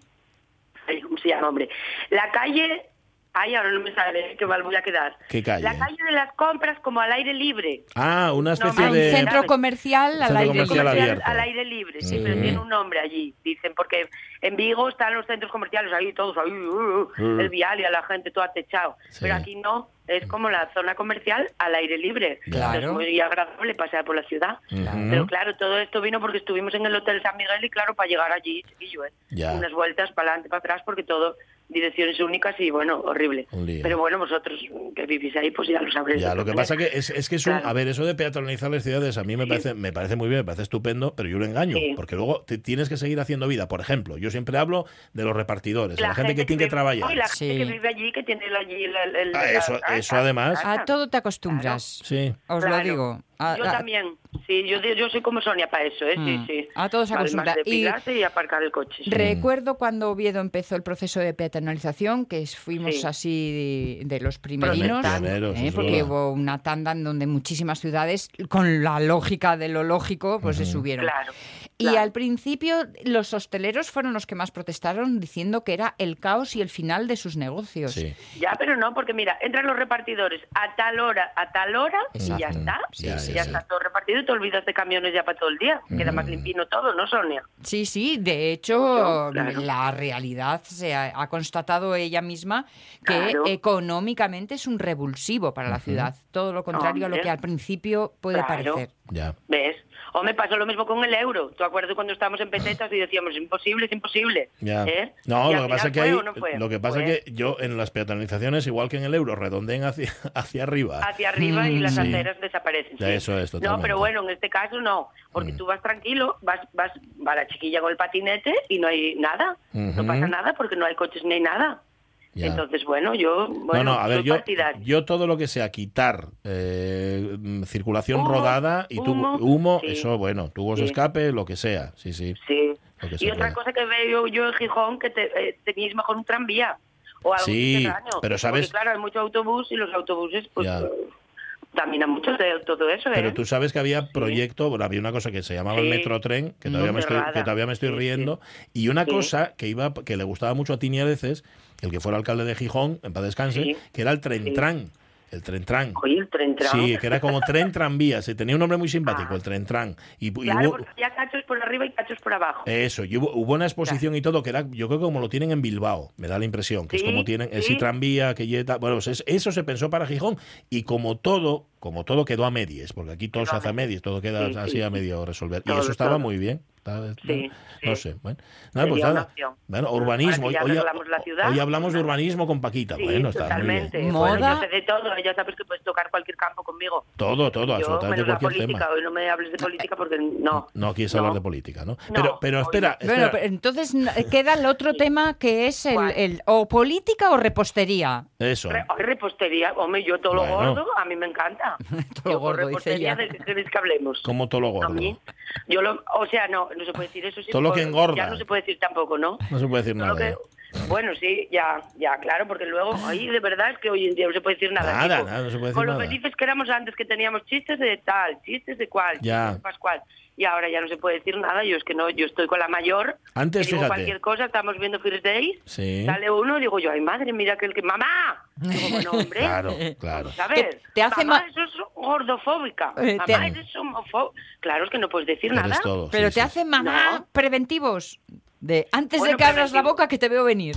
Speaker 3: ay, ¿cómo se llama, hombre? La calle, ay, ahora no me sale, qué mal voy a quedar.
Speaker 1: ¿Qué calle?
Speaker 3: La calle de las compras como al aire libre.
Speaker 1: Ah, una especie
Speaker 3: Ah,
Speaker 2: A
Speaker 3: un
Speaker 1: de.
Speaker 3: centro
Speaker 2: comercial
Speaker 1: Centro comercial
Speaker 3: Comercial
Speaker 1: abierto.
Speaker 3: al aire libre, sí, pero
Speaker 1: Mm.
Speaker 3: tiene un nombre allí, dicen, porque en Vigo están los centros comerciales ahí todos, ahí, uh, uh,
Speaker 1: Mm.
Speaker 3: el vial y a la gente todo techado
Speaker 1: Sí.
Speaker 3: pero aquí no, es como la zona comercial al aire libre,
Speaker 2: Claro.
Speaker 3: es muy agradable pasear por la ciudad.
Speaker 1: Ujú.
Speaker 3: Pero claro, todo esto vino porque estuvimos en el Hotel San Miguel y claro, para llegar allí, chiquillo, ¿eh?
Speaker 1: Ya.
Speaker 3: unas vueltas para adelante, para atrás, porque todo direcciones únicas y bueno, horrible.
Speaker 1: Un lío.
Speaker 3: Pero bueno, vosotros mm, que vivís ahí, pues ya lo sabréis.
Speaker 1: Ya,
Speaker 3: de
Speaker 1: lo
Speaker 3: otra
Speaker 1: que pasa
Speaker 3: manera.
Speaker 1: que es, es que es un...
Speaker 3: Claro.
Speaker 1: A ver, eso de peatonalizar las ciudades a mí me parece, me parece muy bien, me parece estupendo, pero yo lo engaño,
Speaker 3: Sí.
Speaker 1: porque luego te tienes que seguir haciendo vida. Por ejemplo, yo siempre hablo de los repartidores, de la, gente, que tiene que
Speaker 3: vive-
Speaker 1: trabajar.
Speaker 3: no, y la
Speaker 2: Sí.
Speaker 3: gente que vive allí, que tiene allí el... el- el-
Speaker 1: Ah,
Speaker 3: la-
Speaker 1: eso-
Speaker 3: la-
Speaker 1: eso
Speaker 3: la-
Speaker 1: además.
Speaker 3: la-
Speaker 2: A todo te acostumbras.
Speaker 1: Sí.
Speaker 2: Os lo
Speaker 3: Claro.
Speaker 2: digo. A-
Speaker 3: yo
Speaker 2: a-
Speaker 3: también, sí, yo, yo soy como Sonia para eso, ¿eh? Sí,
Speaker 2: Mm.
Speaker 3: sí.
Speaker 2: A todos a
Speaker 3: Además
Speaker 2: consulta.
Speaker 3: de
Speaker 2: Y-
Speaker 3: pilarse y... aparcar el coche. sí.
Speaker 2: Recuerdo cuando Oviedo empezó el proceso de peatonalización, que es- fuimos
Speaker 3: Sí.
Speaker 2: así de, de los primerinos,
Speaker 1: Pioneros,
Speaker 2: ¿eh?
Speaker 1: es
Speaker 2: porque
Speaker 1: verdad.
Speaker 2: hubo una tanda en donde muchísimas ciudades, con la lógica de lo lógico, pues se subieron.
Speaker 3: Claro.
Speaker 2: Y
Speaker 3: claro.
Speaker 2: al principio los hosteleros fueron los que más protestaron diciendo que era el caos y el final de sus negocios.
Speaker 1: Sí.
Speaker 3: Ya, pero no, porque mira, entran los repartidores a tal hora, a tal hora, y ya
Speaker 2: Exacto.
Speaker 3: está.
Speaker 1: Sí,
Speaker 3: ya
Speaker 1: sí, sí.
Speaker 3: está todo repartido y te olvidas de camiones ya para todo el día.
Speaker 1: Mm.
Speaker 3: Queda más limpino todo, ¿no, Sonia?
Speaker 2: Sí, sí, de hecho,
Speaker 3: Yo, claro.
Speaker 2: la realidad se ha, ha constatado ella misma que
Speaker 3: Claro.
Speaker 2: económicamente es un revulsivo para la ciudad, todo lo contrario a lo
Speaker 3: Hombre.
Speaker 2: que al principio puede
Speaker 3: Claro.
Speaker 2: parecer.
Speaker 1: Ya.
Speaker 3: ¿Ves? O me pasó lo mismo con el euro. ¿Tú acuerdas cuando estábamos en pesetas y decíamos, es imposible, es imposible?
Speaker 1: Ya.
Speaker 3: ¿Eh?
Speaker 1: No,
Speaker 3: Y
Speaker 1: lo
Speaker 3: al
Speaker 1: que pasa
Speaker 3: final
Speaker 1: es que
Speaker 3: fue
Speaker 1: ahí-
Speaker 3: o no fue.
Speaker 1: lo que pasa
Speaker 3: Fue
Speaker 1: es que yo en las peatonalizaciones, igual que en el euro, redondeen hacia, hacia arriba.
Speaker 3: hacia arriba y las
Speaker 1: Mm, Sí.
Speaker 3: aceras desaparecen. sí.
Speaker 1: Eso es,
Speaker 3: No,
Speaker 1: totalmente. Mm.
Speaker 3: pero bueno, en este caso no, porque tú vas tranquilo, vas vas va la chiquilla con el patinete y no hay nada,
Speaker 1: Ujú.
Speaker 3: no pasa nada porque no hay coches ni hay nada.
Speaker 1: Ya.
Speaker 3: Entonces, bueno, yo bueno,
Speaker 1: no, no, a ver,
Speaker 3: soy
Speaker 1: yo,
Speaker 3: partidaria.
Speaker 1: yo todo lo que sea quitar eh, mm, circulación
Speaker 3: Humo,
Speaker 1: rodada y tu humo,
Speaker 3: humo, sí.
Speaker 1: eso bueno, tubos de
Speaker 3: Sí.
Speaker 1: escape, lo que sea, sí, sí.
Speaker 3: Sí.
Speaker 1: Lo que se
Speaker 3: Y otra
Speaker 1: pueda.
Speaker 3: cosa que veo yo en Gijón, que te, eh, tenéis mejor un tranvía o algo
Speaker 1: Sí,
Speaker 3: subterráneo.
Speaker 1: pero sabes-
Speaker 3: Porque, claro, hay mucho autobús y los autobuses pues
Speaker 1: Ya.
Speaker 3: eh, contaminan mucho de todo eso, ¿eh?
Speaker 1: Pero tú sabes que había proyecto, bueno, había una cosa que se llamaba el
Speaker 3: Sí.
Speaker 1: metro tren, que todavía me estoy,
Speaker 3: Cerrada.
Speaker 1: que todavía me estoy
Speaker 3: Sí, sí.
Speaker 1: riendo, y una
Speaker 3: Sí.
Speaker 1: cosa que iba que le gustaba mucho a Tini Areces, el que fuera alcalde de Gijón, en paz descanse,
Speaker 3: Sí.
Speaker 1: que era el tren
Speaker 3: Sí.
Speaker 1: tran, el tren tran.
Speaker 3: Oye, el tren tram.
Speaker 1: Sí, que era como tren tranvía, se tenía un nombre muy simpático,
Speaker 3: Ah.
Speaker 1: el tren tran. Y, y
Speaker 3: Claro,
Speaker 1: hubo- Eh.
Speaker 3: porque había cachos por arriba y cachos por abajo.
Speaker 1: Eso, y hubo, hubo una exposición y todo que era, yo creo que como lo tienen en Bilbao, me da la impresión, que es
Speaker 3: Sí,
Speaker 1: como tienen, ese
Speaker 3: sí.
Speaker 1: tranvía, que ya está- bueno, pues es- eso se pensó para Gijón y como todo, como todo quedó a medias, porque aquí todo
Speaker 3: Quedó
Speaker 1: se
Speaker 3: a
Speaker 1: hace a
Speaker 3: medias.
Speaker 1: medias, todo queda
Speaker 3: Sí, sí,
Speaker 1: así a
Speaker 3: sí.
Speaker 1: medio resolver. y
Speaker 3: Todo,
Speaker 1: eso estaba
Speaker 3: todo.
Speaker 1: muy bien. estaba-
Speaker 3: Sí,
Speaker 1: No
Speaker 3: sí.
Speaker 1: sé, bueno. Nada, pues
Speaker 3: Sería una
Speaker 1: nada.
Speaker 3: opción.
Speaker 1: Bueno, urbanismo.
Speaker 3: Ahora que ya
Speaker 1: hoy,
Speaker 3: arreglamos la ciudad.
Speaker 1: hoy hablamos de urbanismo con Paquita.
Speaker 3: Sí,
Speaker 1: bueno, está
Speaker 3: totalmente.
Speaker 1: muy bien.
Speaker 2: Moda.
Speaker 3: Bueno, yo sé de todo, ya sabes que puedes tocar cualquier campo conmigo.
Speaker 1: Todo, todo,
Speaker 3: yo,
Speaker 1: absolutamente
Speaker 3: menos la
Speaker 1: cualquier
Speaker 3: política,
Speaker 1: tema.
Speaker 3: hoy no me hables de política porque no.
Speaker 1: No quieres hablar de política, ¿no? pero, pero
Speaker 3: hoy
Speaker 1: espera,
Speaker 2: Bueno,
Speaker 1: espera.
Speaker 2: pero entonces n- eh, queda el otro tema que es el,
Speaker 3: ¿Cuál?
Speaker 2: el- o política o repostería.
Speaker 1: Eso.
Speaker 3: Re- hoy repostería, hombre, yo todo lo
Speaker 1: Bueno.
Speaker 3: gordo, a mí me encanta.
Speaker 2: Todo
Speaker 3: Yo con
Speaker 2: gordo, dice
Speaker 3: repostería,
Speaker 2: ella.
Speaker 3: ¿de qué queréis que hablemos?
Speaker 1: Como todo lo
Speaker 3: A
Speaker 1: gordo.
Speaker 3: mí, yo lo, o sea, no, no se puede decir eso. sí,
Speaker 1: Todo lo
Speaker 3: porque
Speaker 1: que engorda.
Speaker 3: Ya no se puede decir tampoco, ¿no?
Speaker 1: No se puede decir
Speaker 3: Todo lo
Speaker 1: nada. ¿eh?
Speaker 3: que- bueno, sí, ya, ya, claro, porque luego, ahí de verdad es que hoy en día no se puede decir nada.
Speaker 1: Nada,
Speaker 3: chico.
Speaker 1: nada, no se puede decir
Speaker 3: Con lo
Speaker 1: nada.
Speaker 3: felices que éramos antes, que teníamos chistes de tal, chistes de cual,
Speaker 1: Ya.
Speaker 3: chistes de pascual. Y ahora ya no se puede decir nada, yo es que no, yo estoy con la mayor.
Speaker 1: Antes,
Speaker 3: que digo
Speaker 1: fíjate.
Speaker 3: cualquier cosa, estamos viendo First Days,
Speaker 1: Sí.
Speaker 3: sale uno, digo yo, ay madre, mira que el que... ¡Mamá! Digo, bueno, hombre...
Speaker 1: Claro, claro.
Speaker 3: Vamos a ver,
Speaker 2: Te- te hace
Speaker 3: mamá,
Speaker 2: ma-
Speaker 3: eso es gordofóbica.
Speaker 2: Eh, te-
Speaker 3: Mamá, eres homofóbica. Claro, es que no puedes decir nada.
Speaker 1: Eres todo.
Speaker 2: Pero
Speaker 1: sí, sí,
Speaker 2: te hace mamá
Speaker 3: No.
Speaker 2: preventivos. De, antes de
Speaker 3: Bueno,
Speaker 2: que abras la
Speaker 3: preventivo.
Speaker 2: boca que te veo venir.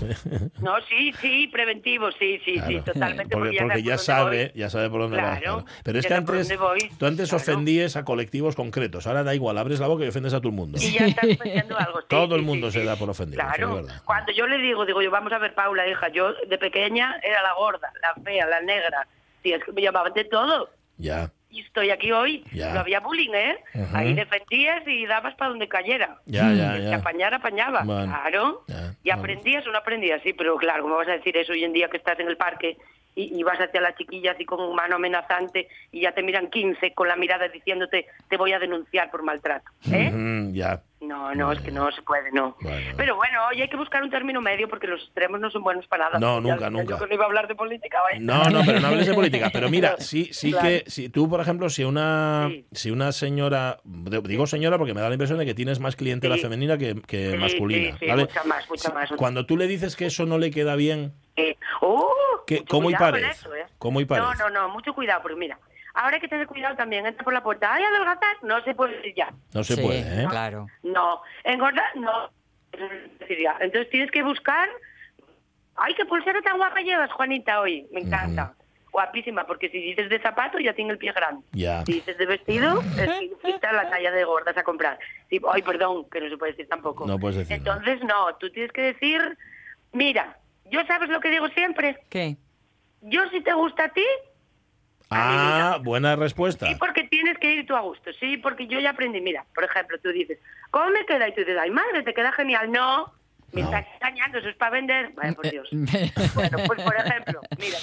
Speaker 3: No, sí, sí, preventivo, sí, sí,
Speaker 1: Claro.
Speaker 3: sí, totalmente.
Speaker 1: Porque, porque ya
Speaker 3: sabes por dónde
Speaker 1: sabe,
Speaker 3: voy.
Speaker 1: ya sabe por dónde vas.
Speaker 3: Claro,
Speaker 1: claro. Pero es
Speaker 3: ya
Speaker 1: que
Speaker 3: sé por
Speaker 1: antes,
Speaker 3: dónde voy,
Speaker 1: tú antes
Speaker 3: claro.
Speaker 1: ofendías a colectivos concretos. Ahora da igual, abres la boca y ofendes a todo el mundo.
Speaker 3: Y ya estás pensando algo. sí,
Speaker 1: Todo el
Speaker 3: sí,
Speaker 1: mundo
Speaker 3: sí,
Speaker 1: se
Speaker 3: sí.
Speaker 1: da por ofendido, eso
Speaker 3: Claro.
Speaker 1: es verdad.
Speaker 3: Cuando yo le digo, digo yo, vamos a ver, Paula, hija, yo de pequeña era la gorda, la fea, la negra. Sí, es que me llamaban de todo.
Speaker 1: Ya,
Speaker 3: Y estoy aquí hoy.
Speaker 1: Ya.
Speaker 3: No había bullying, ¿eh?
Speaker 1: Ajá.
Speaker 3: Ahí defendías y dabas para donde cayera.
Speaker 1: ya, ya.
Speaker 3: El Mm. que
Speaker 1: ya.
Speaker 3: apañar, apañaba.
Speaker 1: Bueno,
Speaker 3: claro.
Speaker 1: ya,
Speaker 3: y
Speaker 1: vamos.
Speaker 3: aprendías o no aprendías, sí, pero claro, ¿cómo vas a decir eso hoy en día que estás en el parque? y, y vas hacia la chiquilla así con mano amenazante y ya te miran 15 con la mirada diciéndote te voy a denunciar por maltrato. ¿eh?
Speaker 1: Ujú, ya.
Speaker 3: No, no, es que no se puede, no.
Speaker 1: Bueno.
Speaker 3: Pero bueno, oye, hay que buscar un término medio porque los extremos no son buenos para nada.
Speaker 1: No,
Speaker 3: Ya-
Speaker 1: nunca,
Speaker 3: ya
Speaker 1: nunca.
Speaker 3: Yo que no iba a hablar de política, vaya.
Speaker 1: No, no, pero no hables de política. Pero mira, sí, sí
Speaker 3: Claro.
Speaker 1: que si tú, por ejemplo, si una,
Speaker 3: Sí.
Speaker 1: si una señora, digo señora porque me da la impresión de que tienes más clientela
Speaker 3: Sí.
Speaker 1: femenina que, que
Speaker 3: Sí,
Speaker 1: masculina.
Speaker 3: sí, sí,
Speaker 1: ¿vale?
Speaker 3: mucha más, mucha más.
Speaker 1: Cuando tú le dices que eso no le queda bien,
Speaker 3: Eh, ¡Oh!
Speaker 1: ¿qué,
Speaker 3: mucho
Speaker 1: ¿cómo y
Speaker 3: cuidado con
Speaker 1: pares?
Speaker 3: eso, ¿eh?
Speaker 1: ¿Cómo y pares?
Speaker 3: No, no, no, mucho cuidado, porque mira, ahora hay que tener cuidado también. Entra por la puerta, ¡ay, adelgazar! No se puede decir ya.
Speaker 1: No se
Speaker 2: Sí,
Speaker 1: puede, ¿eh?
Speaker 2: Claro.
Speaker 3: No, engordar, no. Eso no se decir ya. Entonces tienes que buscar. ¡Ay, qué pulsera tan guapa llevas, Juanita, hoy! Me encanta. Guapísima, porque si dices de zapato ya tiene el pie grande.
Speaker 1: Ya.
Speaker 3: Si dices de vestido, es que fuiste a la talla de gordas a comprar. Sí, ay, perdón, que no se puede decir tampoco.
Speaker 1: No puedes decir, no.
Speaker 3: Entonces, no, tú tienes que decir, mira, yo sabes lo que digo siempre,
Speaker 2: ¿Qué?
Speaker 3: yo si te gusta a ti,
Speaker 1: Ah, buena respuesta.
Speaker 3: sí pues porque tienes que ir tú a gusto, sí porque yo ya aprendí, mira, por ejemplo, tú dices, ¿cómo me queda? Y tú dices, ay, madre, te queda genial, no. Me
Speaker 1: No.
Speaker 3: estás engañando, eso es para vender. Vaya, por Dios. Bueno, pues por ejemplo, mira,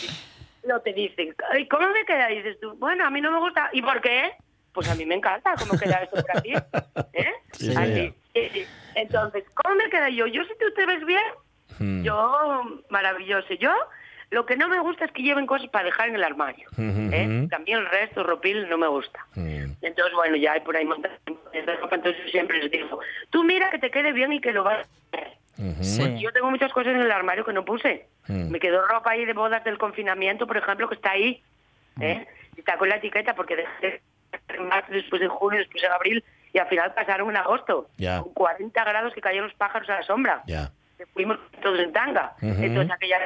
Speaker 3: lo te dicen, "Ay, ¿cómo me queda? Y dices tú, bueno, a mí no me gusta. ¿Y por qué? Pues a mí me encanta cómo queda esto para ti. ¿Eh?
Speaker 1: Sí,
Speaker 3: Así,
Speaker 1: señor.
Speaker 3: sí, sí. Entonces, ¿cómo me queda yo? Yo si tú te ves bien,
Speaker 1: Mm.
Speaker 3: yo maravilloso. Yo lo que no me gusta es que lleven cosas para dejar en el armario.
Speaker 1: Ujú,
Speaker 3: ¿eh?
Speaker 1: ujú.
Speaker 3: También el resto, ropil, no me gusta.
Speaker 1: Mm.
Speaker 3: Entonces, bueno, ya hay por ahí montones de ropa, entonces yo siempre les digo, tú mira que te quede bien y que lo vas a hacer.
Speaker 1: Ujú.
Speaker 2: Sí.
Speaker 3: Yo tengo muchas cosas en el armario que no puse.
Speaker 1: Mm.
Speaker 3: Me quedó ropa ahí de bodas del confinamiento, por ejemplo, que está ahí.
Speaker 1: Mm.
Speaker 3: ¿eh? Está con la etiqueta porque dejé en marzo, después en junio, después en abril y al final pasaron en agosto.
Speaker 1: Ya.
Speaker 3: Con 40 grados que cayeron los pájaros a la sombra.
Speaker 1: Ya.
Speaker 3: Que Fuimos todos en tanga.
Speaker 1: Ujú.
Speaker 3: Entonces aquella...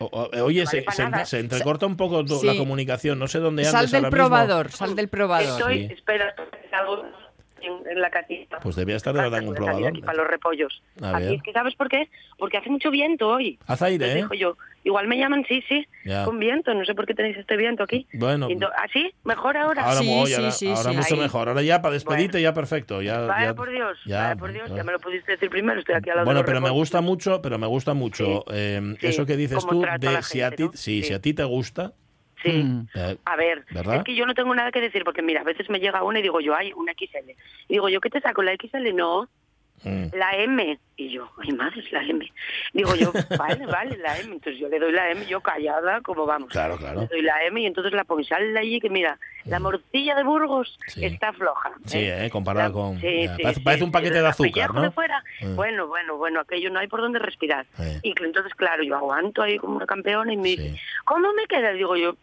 Speaker 1: O- o- oye,
Speaker 3: Vale
Speaker 1: se,
Speaker 3: pa'
Speaker 1: se-
Speaker 3: nada.
Speaker 1: se entrecorta un poco do-
Speaker 2: Sí.
Speaker 1: la comunicación. No sé dónde andas
Speaker 2: Sal del
Speaker 1: ahora mismo.
Speaker 2: probador, sal del probador.
Speaker 3: Estoy,
Speaker 1: Sí.
Speaker 3: espera, algo en, en la casita.
Speaker 1: Pues debía estar de verdad en un
Speaker 3: Voy a salir
Speaker 1: probador.
Speaker 3: aquí Para los repollos.
Speaker 1: A
Speaker 3: Aquí
Speaker 1: ver.
Speaker 3: es que, ¿sabes por qué? Porque hace mucho viento hoy.
Speaker 1: Hace aire,
Speaker 3: Les
Speaker 1: ¿eh?
Speaker 3: digo yo, igual me llaman, sí, sí,
Speaker 1: Ya.
Speaker 3: con viento, no sé por qué tenéis este viento aquí.
Speaker 1: Bueno.
Speaker 3: Y ento- ¿Ah, sí? ¿Mejor ahora?
Speaker 1: Ahora,
Speaker 2: Sí,
Speaker 1: muy-
Speaker 2: sí,
Speaker 1: ahora-
Speaker 2: sí,
Speaker 1: ahora
Speaker 2: sí.
Speaker 1: mucho
Speaker 3: Ahí.
Speaker 1: mejor. Ahora ya para despedirte ya perfecto. Ya,
Speaker 3: Vaya
Speaker 1: ya-
Speaker 3: por Dios,
Speaker 1: ya,
Speaker 3: vaya por Dios,
Speaker 1: ya.
Speaker 3: ya me lo pudiste decir primero, estoy aquí al lado de
Speaker 1: Bueno,
Speaker 3: los
Speaker 1: pero me
Speaker 3: reposos.
Speaker 1: gusta mucho, pero me gusta mucho
Speaker 3: Sí,
Speaker 1: eh,
Speaker 3: sí,
Speaker 1: eso que dices
Speaker 3: cómo
Speaker 1: tú
Speaker 3: trato a
Speaker 1: de
Speaker 3: la
Speaker 1: si a ti,
Speaker 3: gente, ¿no?
Speaker 1: sí,
Speaker 3: Sí.
Speaker 1: si a ti te gusta.
Speaker 3: Sí.
Speaker 2: Mm.
Speaker 1: eh,
Speaker 3: A ver,
Speaker 1: ¿Verdad?
Speaker 3: es que yo no tengo nada que decir, porque mira, a veces me llega una y digo yo, hay una XL. Y digo yo, ¿qué te saco? ¿La XL? No,
Speaker 1: mm.
Speaker 3: la M. Y yo, ay madre, es la M. Digo yo, vale, vale, la M. Entonces yo le doy la M, yo callada, como vamos.
Speaker 1: Claro, claro. Mm.
Speaker 3: Le doy la M y entonces la ponchal allí, que mira, la morcilla de Burgos
Speaker 1: Sí.
Speaker 3: está floja.
Speaker 1: Sí, eh,
Speaker 3: La-
Speaker 1: comparada con.
Speaker 3: sí,
Speaker 1: ya,
Speaker 3: sí,
Speaker 1: parece,
Speaker 3: sí,
Speaker 1: parece un
Speaker 3: sí,
Speaker 1: paquete de
Speaker 3: la
Speaker 1: azúcar,
Speaker 3: pellejo
Speaker 1: ¿no?
Speaker 3: de fuera.
Speaker 1: Eh.
Speaker 3: Bueno, bueno, bueno, aquello no hay por dónde respirar.
Speaker 1: Eh.
Speaker 3: Y que entonces, claro, yo aguanto ahí como una campeona y me
Speaker 1: Sí.
Speaker 3: dice, ¿cómo me queda? Digo yo,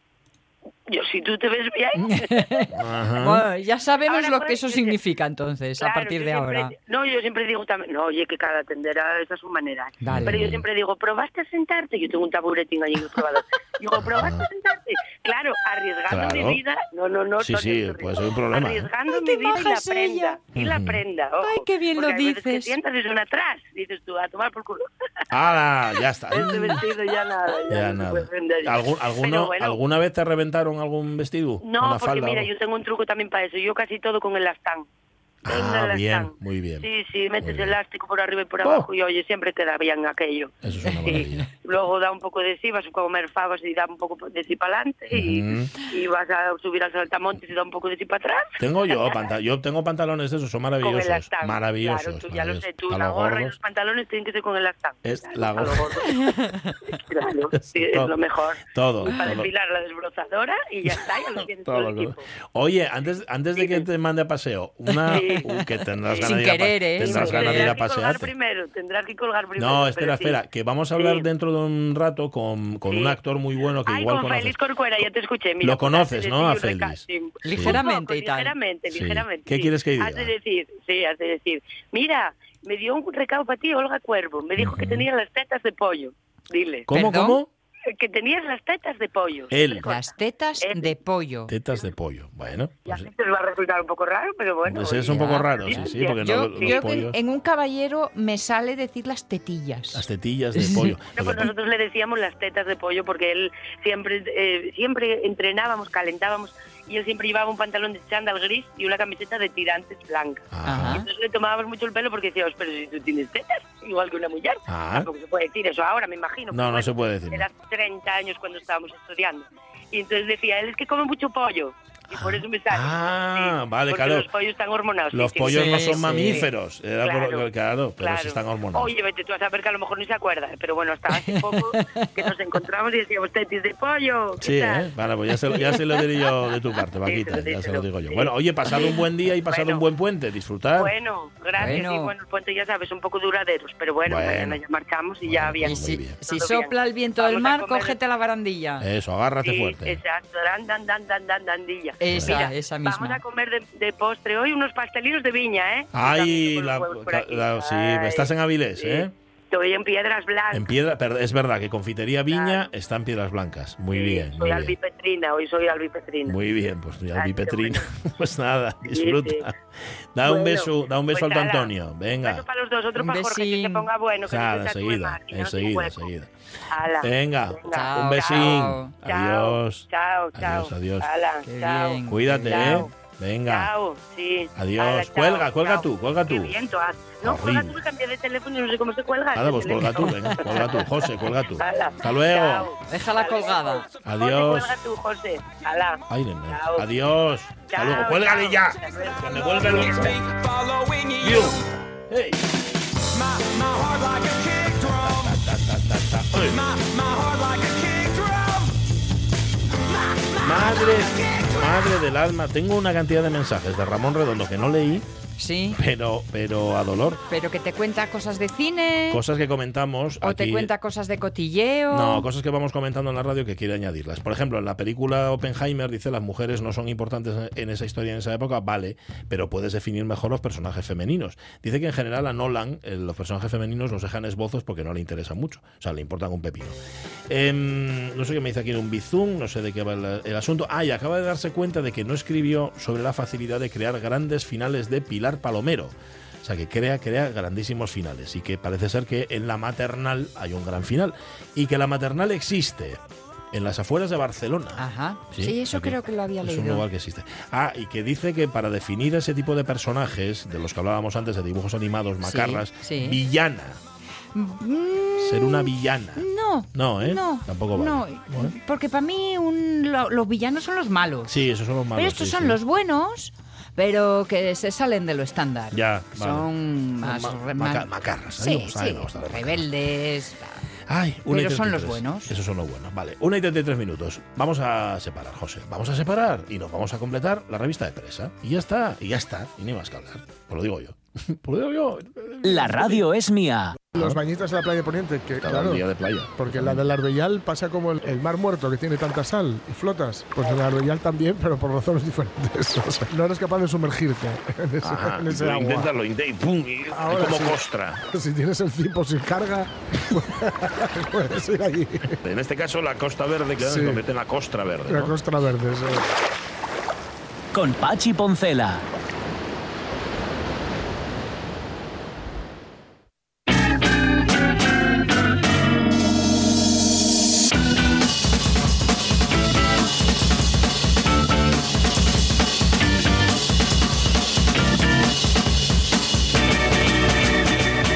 Speaker 3: yo si tú te ves bien.
Speaker 1: Ajá.
Speaker 2: Bueno, ya sabemos
Speaker 3: Ahora,
Speaker 2: lo
Speaker 3: pues,
Speaker 2: que eso
Speaker 3: yo-
Speaker 2: significa entonces,
Speaker 3: Claro,
Speaker 2: a partir
Speaker 3: yo
Speaker 2: de
Speaker 3: siempre-
Speaker 2: ahora.
Speaker 3: No, yo siempre digo también, no, oye, que cada tendera es a su manera. ¿eh?
Speaker 2: Vale.
Speaker 3: Pero yo siempre digo, ¿probaste a sentarte? Yo tengo un taburetín allí en el probador. Digo, ¿probaste a sentarte? Claro, arriesgando
Speaker 1: Claro.
Speaker 3: mi vida. No, no, no.
Speaker 1: Sí,
Speaker 3: no,
Speaker 1: sí,
Speaker 3: no, no,
Speaker 1: puede
Speaker 3: no.
Speaker 1: ser un problema, ¿eh?
Speaker 3: Arriesgando
Speaker 2: Ay,
Speaker 3: mi
Speaker 2: te
Speaker 3: vida y la
Speaker 2: bajas
Speaker 3: prenda.
Speaker 2: ella.
Speaker 3: Y la
Speaker 1: Ujú.
Speaker 3: prenda. ojo.
Speaker 2: Ay, qué bien
Speaker 3: Porque
Speaker 2: lo
Speaker 3: hay veces
Speaker 2: dices.
Speaker 3: Que sientas y son atrás. Dices tú, a tomar por culo.
Speaker 1: ¡Hala! Ya está.
Speaker 3: Este vestido ya nada. Ya,
Speaker 1: Ya
Speaker 3: no se
Speaker 1: nada.
Speaker 3: puede vender.
Speaker 1: ¿Algún- alguno,
Speaker 3: Pero bueno,
Speaker 1: ¿Alguna vez te reventaron algún vestido?
Speaker 3: No,
Speaker 1: Una
Speaker 3: porque
Speaker 1: falda,
Speaker 3: mira,
Speaker 1: algo.
Speaker 3: yo tengo un truco también para eso. Yo casi todo con el elastán. Tengo el
Speaker 1: Ah, bien,
Speaker 3: elastán.
Speaker 1: muy bien.
Speaker 3: Sí, sí, metes
Speaker 1: bien.
Speaker 3: elástico por arriba y por abajo y oye, siempre queda bien aquello.
Speaker 1: Eso es una
Speaker 3: Sí.
Speaker 1: maravilla.
Speaker 3: Luego da un poco de sí, vas a comer favas y da un poco de sí para adelante y,
Speaker 1: Ujú.
Speaker 3: y vas a subir al saltamontes y da un poco de sí para atrás.
Speaker 1: Tengo yo, panta- yo tengo pantalones de esos, son
Speaker 3: Con
Speaker 1: maravillosos.
Speaker 3: el elastán.
Speaker 1: maravillosos.
Speaker 3: Claro, tú ya lo
Speaker 1: maravillosos.
Speaker 3: sé, tú
Speaker 1: Para
Speaker 3: la
Speaker 1: los
Speaker 3: gorra y
Speaker 1: gordos.
Speaker 3: los pantalones tienen que ser con el elastán.
Speaker 1: Es
Speaker 3: Claro,
Speaker 1: la
Speaker 3: para los
Speaker 1: gorra.
Speaker 3: gordos. Claro, sí, es
Speaker 1: Todo.
Speaker 3: lo mejor.
Speaker 1: Todo,
Speaker 3: Para
Speaker 1: todo.
Speaker 3: depilar la desbrozadora y ya está, ya lo tienes todo,
Speaker 1: Todo
Speaker 3: el
Speaker 1: lo que-
Speaker 3: equipo.
Speaker 1: Oye, antes, antes de que
Speaker 3: Dime.
Speaker 1: te mande a paseo, una
Speaker 3: Sí.
Speaker 1: uh, que tendrás
Speaker 2: Sin
Speaker 1: ganas de ir a pa-
Speaker 2: querer, ¿eh?
Speaker 1: tendrás
Speaker 2: Sin
Speaker 1: ganas de ir a
Speaker 3: Tendrás que colgar
Speaker 1: pasear.
Speaker 3: primero, tendrás que colgar primero.
Speaker 1: No,
Speaker 3: pero
Speaker 1: espera,
Speaker 3: sí.
Speaker 1: espera, que vamos a hablar
Speaker 3: Sí.
Speaker 1: dentro de un rato con, con
Speaker 3: Sí.
Speaker 1: un actor muy bueno que
Speaker 3: Ay,
Speaker 1: igual
Speaker 3: con
Speaker 1: conoces.
Speaker 3: Félix Corcuera, ya te escuché. Mira,
Speaker 1: Lo conoces,
Speaker 3: has de
Speaker 1: ¿no?
Speaker 3: decir
Speaker 1: A
Speaker 3: un
Speaker 1: Félix.
Speaker 3: recasting.
Speaker 1: Sí.
Speaker 2: Ligeramente
Speaker 3: Un
Speaker 2: y tal.
Speaker 3: Ligeramente,
Speaker 1: Sí.
Speaker 3: ligeramente.
Speaker 1: ¿Qué
Speaker 3: sí.
Speaker 1: quieres que
Speaker 3: Has de
Speaker 1: diga?
Speaker 3: decir, sí, has de decir. Mira, me dio un recado para ti, Olga Cuervo. Me dijo que tenía las tetas de pollo. Dile.
Speaker 1: ¿Cómo,
Speaker 2: ¿Perdón?
Speaker 1: cómo?
Speaker 3: Que tenías las tetas de pollo.
Speaker 1: Él.
Speaker 2: Las tetas
Speaker 3: Eh,
Speaker 2: de pollo.
Speaker 1: Tetas de pollo. Bueno,
Speaker 3: Ya
Speaker 1: pues,
Speaker 3: sé que os va a resultar un poco raro, pero bueno.
Speaker 1: pues es un
Speaker 3: oye, ah,
Speaker 1: poco
Speaker 2: ya.
Speaker 1: raro, sí, sí, porque no,
Speaker 2: Yo
Speaker 1: los
Speaker 2: creo que en-
Speaker 1: pollos,
Speaker 2: en un caballero me sale decir las tetillas.
Speaker 1: las tetillas de pollo.
Speaker 3: No, pues nosotros le decíamos las tetas de pollo porque él siempre eh, siempre entrenábamos, calentábamos y él siempre llevaba un pantalón de chándal gris y una camiseta de tirantes blanca.
Speaker 1: Ajá.
Speaker 3: Entonces le tomábamos mucho el pelo porque decíamos, pero si tú tienes tetas. igual que una mujer.
Speaker 1: Ah.
Speaker 3: Tampoco se puede decir eso ahora, me imagino.
Speaker 1: No,
Speaker 3: pero
Speaker 1: no se puede decir.
Speaker 3: De las 30 años cuando estábamos estudiando. Y entonces decía, él es que come mucho pollo. Y por eso me sale.
Speaker 1: Ah, vale,
Speaker 3: porque
Speaker 1: claro.
Speaker 3: Los pollos están hormonados. sí,
Speaker 1: Los
Speaker 3: sí.
Speaker 1: pollos no
Speaker 2: Sí,
Speaker 1: son
Speaker 2: sí.
Speaker 1: mamíferos, era por- claro, pero sí
Speaker 3: claro.
Speaker 1: están hormonados.
Speaker 3: Oye, vete tú a saber que a lo mejor ni se acuerda, pero bueno, hasta hace poco que nos encontramos y decíamos tetis de pollo. ¿qué
Speaker 1: Sí,
Speaker 3: tal?".
Speaker 1: ¿eh? Vale, pues ya se, lo- ya se lo diré yo de tu parte, Paquita,
Speaker 3: Díselo,
Speaker 1: ya se lo
Speaker 3: díselo,
Speaker 1: digo yo.
Speaker 3: sí.
Speaker 1: Bueno, oye, pasad un buen día y pasad
Speaker 3: Bueno.
Speaker 1: un buen puente, disfrutad.
Speaker 3: Bueno, gracias.
Speaker 2: Bueno.
Speaker 3: Y bueno, el puente ya sabes, un poco duraderos, pero bueno,
Speaker 1: Bueno. pues
Speaker 3: mañana ya marchamos y ya había.
Speaker 2: Y
Speaker 1: Muy
Speaker 2: si,
Speaker 1: bien. Eh,
Speaker 2: si
Speaker 3: Todo bien.
Speaker 2: sopla el viento del
Speaker 3: Vamos a
Speaker 2: mar,
Speaker 3: comer-
Speaker 2: cógete la barandilla.
Speaker 1: Eso, agárrate
Speaker 3: Sí,
Speaker 1: fuerte. ¿eh?
Speaker 3: Exacto, dan, dan, dan, dan, dan, dandilla.
Speaker 2: Esa,
Speaker 3: Mira,
Speaker 2: esa
Speaker 3: Vamos
Speaker 2: misma.
Speaker 3: a comer de, de postre hoy unos pastelinos de viña, ¿eh?
Speaker 1: Ay,
Speaker 3: Con los
Speaker 1: la,
Speaker 3: huevos por
Speaker 1: la-
Speaker 3: aquí.
Speaker 1: la- sí,
Speaker 3: Ay,
Speaker 1: estás en Avilés,
Speaker 3: sí.
Speaker 1: ¿eh?
Speaker 3: Estoy en Piedras Blancas.
Speaker 1: En piedra, pero es verdad que confitería Viña
Speaker 3: Claro.
Speaker 1: está en Piedras Blancas. Muy
Speaker 3: Sí,
Speaker 1: bien, muy
Speaker 3: Soy
Speaker 1: bien.
Speaker 3: albipetrina, hoy soy albipetrina.
Speaker 1: Muy bien, pues ya
Speaker 3: Ay,
Speaker 1: vi
Speaker 3: Ah, qué
Speaker 1: Petrina. Pues nada,
Speaker 3: Sí,
Speaker 1: disfruta.
Speaker 3: sí.
Speaker 1: Da un
Speaker 3: Bueno,
Speaker 1: beso, da un beso
Speaker 3: pues
Speaker 1: al de
Speaker 3: nada,
Speaker 1: Antonio.
Speaker 3: Un
Speaker 1: Venga.
Speaker 3: beso para los dos, otro
Speaker 2: Un
Speaker 3: para Jorge, que se
Speaker 2: besín.
Speaker 3: ponga bueno. Que
Speaker 1: Nada,
Speaker 3: no se tatúe
Speaker 1: enseguida,
Speaker 3: más, que no tiene
Speaker 1: enseguida,
Speaker 3: hueco.
Speaker 1: enseguida.
Speaker 3: Ala.
Speaker 1: Venga,
Speaker 2: Chao,
Speaker 1: un besín.
Speaker 2: chao.
Speaker 1: Adiós.
Speaker 3: Chao,
Speaker 1: Adiós,
Speaker 3: chao.
Speaker 1: adiós.
Speaker 3: Ala,
Speaker 2: Qué
Speaker 3: chao.
Speaker 2: bien.
Speaker 1: Cuídate,
Speaker 3: Chao.
Speaker 1: ¿eh? Venga.
Speaker 3: Chao, sí.
Speaker 1: Adiós.
Speaker 3: Ala, chao,
Speaker 1: Cuelga, cuelga
Speaker 3: chao.
Speaker 1: tú, cuelga tú.
Speaker 3: Qué viento hace. No, cuelga
Speaker 1: Horrible.
Speaker 3: tú, pues cambia de teléfono, no sé cómo se cuelga.
Speaker 1: Nada, pues cuelga tú, venga, cuelga tú. José, cuelga tú. Hasta luego.
Speaker 2: Déjala colgada.
Speaker 1: Adiós.
Speaker 3: José, cuelga tú, José. Ala.
Speaker 1: Ay, nene.
Speaker 3: Chao.
Speaker 1: Adiós. Hasta
Speaker 3: Chao,
Speaker 1: luego. Cuélgale
Speaker 3: chao.
Speaker 1: ya.
Speaker 3: Hasta luego.
Speaker 1: Que me vuelve loco.
Speaker 4: following you.
Speaker 1: You. Hey.
Speaker 4: My, my heart like a kick drum.
Speaker 1: Ta, ta, ta, ta. Ay.
Speaker 4: My, my heart like a kick drum.
Speaker 1: Madre, madre del alma, tengo una cantidad de mensajes de Ramón Redondo que no leí,
Speaker 2: Sí,
Speaker 1: pero, pero a dolor.
Speaker 2: pero que te cuenta cosas de cine.
Speaker 1: Cosas que comentamos
Speaker 2: o te
Speaker 1: aquí-
Speaker 2: cuenta cosas de cotilleo.
Speaker 1: No, cosas que vamos comentando en la radio que quiere añadirlas. Por ejemplo, en la película Oppenheimer dice las mujeres no son importantes en esa historia, en esa época, vale, pero puedes definir mejor los personajes femeninos. Dice que en general a Nolan eh, los personajes femeninos los dejan esbozos porque no le interesan mucho, o sea, le importan un pepino. Em, no sé qué me dice aquí en un bizum, no sé de qué va el, el asunto. Ah, y acaba de darse cuenta de que no escribió sobre la facilidad de crear grandes finales de Pilar Palomero. O sea, que crea, crea grandísimos finales. Y que parece ser que en la maternal hay un gran final. Y que la maternal existe en las afueras de Barcelona.
Speaker 2: Ajá. Sí, eso
Speaker 1: aquí.
Speaker 2: creo que lo había
Speaker 1: Es un
Speaker 2: leído.
Speaker 1: lugar que existe. Ah, y que dice que para definir ese tipo de personajes, de los que hablábamos antes, de dibujos animados, macarras,
Speaker 2: sí.
Speaker 1: villana.
Speaker 2: Mm,
Speaker 1: Ser una villana.
Speaker 2: No.
Speaker 1: No, ¿eh?
Speaker 2: No.
Speaker 1: Tampoco vale.
Speaker 2: No,
Speaker 1: Bueno.
Speaker 2: porque para mí un- lo- los villanos son los malos.
Speaker 1: Sí, esos son los malos.
Speaker 2: pero estos
Speaker 1: sí,
Speaker 2: son
Speaker 1: sí.
Speaker 2: los buenos, pero que se salen de lo estándar.
Speaker 1: Ya, vale.
Speaker 2: Son más...
Speaker 1: Ma-
Speaker 2: re-
Speaker 1: maca-
Speaker 2: más-
Speaker 1: macarras, ¿eh?
Speaker 2: Sí,
Speaker 1: Nos sabe,
Speaker 2: sí.
Speaker 1: nos gusta la macarra.
Speaker 2: Rebeldes.
Speaker 1: Ay, una y
Speaker 2: Pero son
Speaker 1: 33.
Speaker 2: los buenos.
Speaker 1: Esos son los buenos. Vale, una y 33 minutos. Vamos a separar, José. Vamos a separar y nos vamos a completar la revista de presa. Y ya está, y ya está. Y ni más que hablar. Os lo digo yo. Os lo digo yo.
Speaker 5: La radio es mía.
Speaker 6: Los bañitos de la playa de Poniente, que
Speaker 1: Cada
Speaker 6: claro,
Speaker 1: día de playa.
Speaker 6: porque la del Arbellal pasa como el, el mar muerto que tiene tanta sal y flotas. Pues el Arbellal también, pero por razones diferentes. O sea, no eres capaz de sumergirte en ese,
Speaker 1: Ajá,
Speaker 6: en ese
Speaker 1: lo
Speaker 6: agua.
Speaker 1: intentas, lo intentas y pum, y
Speaker 6: Ahora
Speaker 1: como
Speaker 6: sí.
Speaker 1: costra.
Speaker 6: Si tienes el cipo sin carga, puedes ir allí.
Speaker 1: En este caso, la costa verde, que
Speaker 6: Sí.
Speaker 1: se convierte en la costra verde.
Speaker 6: La
Speaker 1: ¿no?
Speaker 6: costra verde. sí.
Speaker 5: Con Pachi Poncela.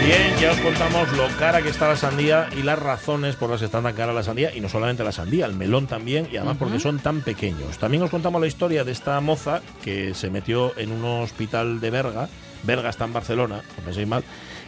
Speaker 1: Bien, ya os contamos lo cara que está la sandía y las razones por las que está tan cara la sandía, y no solamente la sandía, el melón también, y además porque son tan pequeños. También os contamos la historia de esta moza que se metió en un hospital de Berga, Berga está en Barcelona, no penséis mal,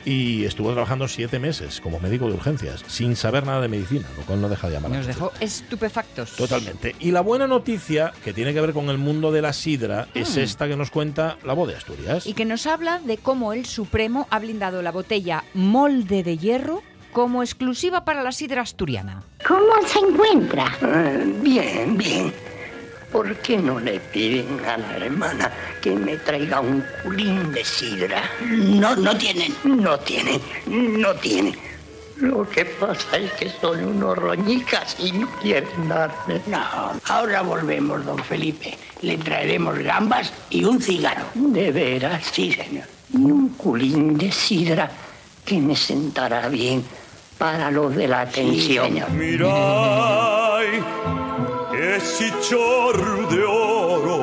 Speaker 1: y estuvo trabajando siete meses como médico de urgencias, sin saber nada de medicina, lo cual no deja de llamar la
Speaker 2: Nos
Speaker 1: atención.
Speaker 2: dejó estupefactos.
Speaker 1: Totalmente. Y la buena noticia que tiene que ver con el mundo de la sidra es esta que nos cuenta la voz de Asturias.
Speaker 2: y que nos habla de cómo el Supremo ha blindado la botella molde de hierro como exclusiva para la sidra asturiana.
Speaker 7: ¿Cómo se encuentra?
Speaker 8: Eh, Bien, bien. ¿Por qué no le piden a la hermana que me traiga un culín de sidra? No, no tienen. No tienen, no tienen. Lo que pasa es que son unos roñicas y no quieren darme.
Speaker 7: No, ahora volvemos, don Felipe. Le traeremos gambas y un cigarro.
Speaker 8: ¿De veras?
Speaker 7: Sí, señor.
Speaker 8: Un culín de sidra que me sentará bien para los de la
Speaker 7: Sí,
Speaker 8: atención.
Speaker 7: señor.
Speaker 9: Mirai, es chichorro de oro.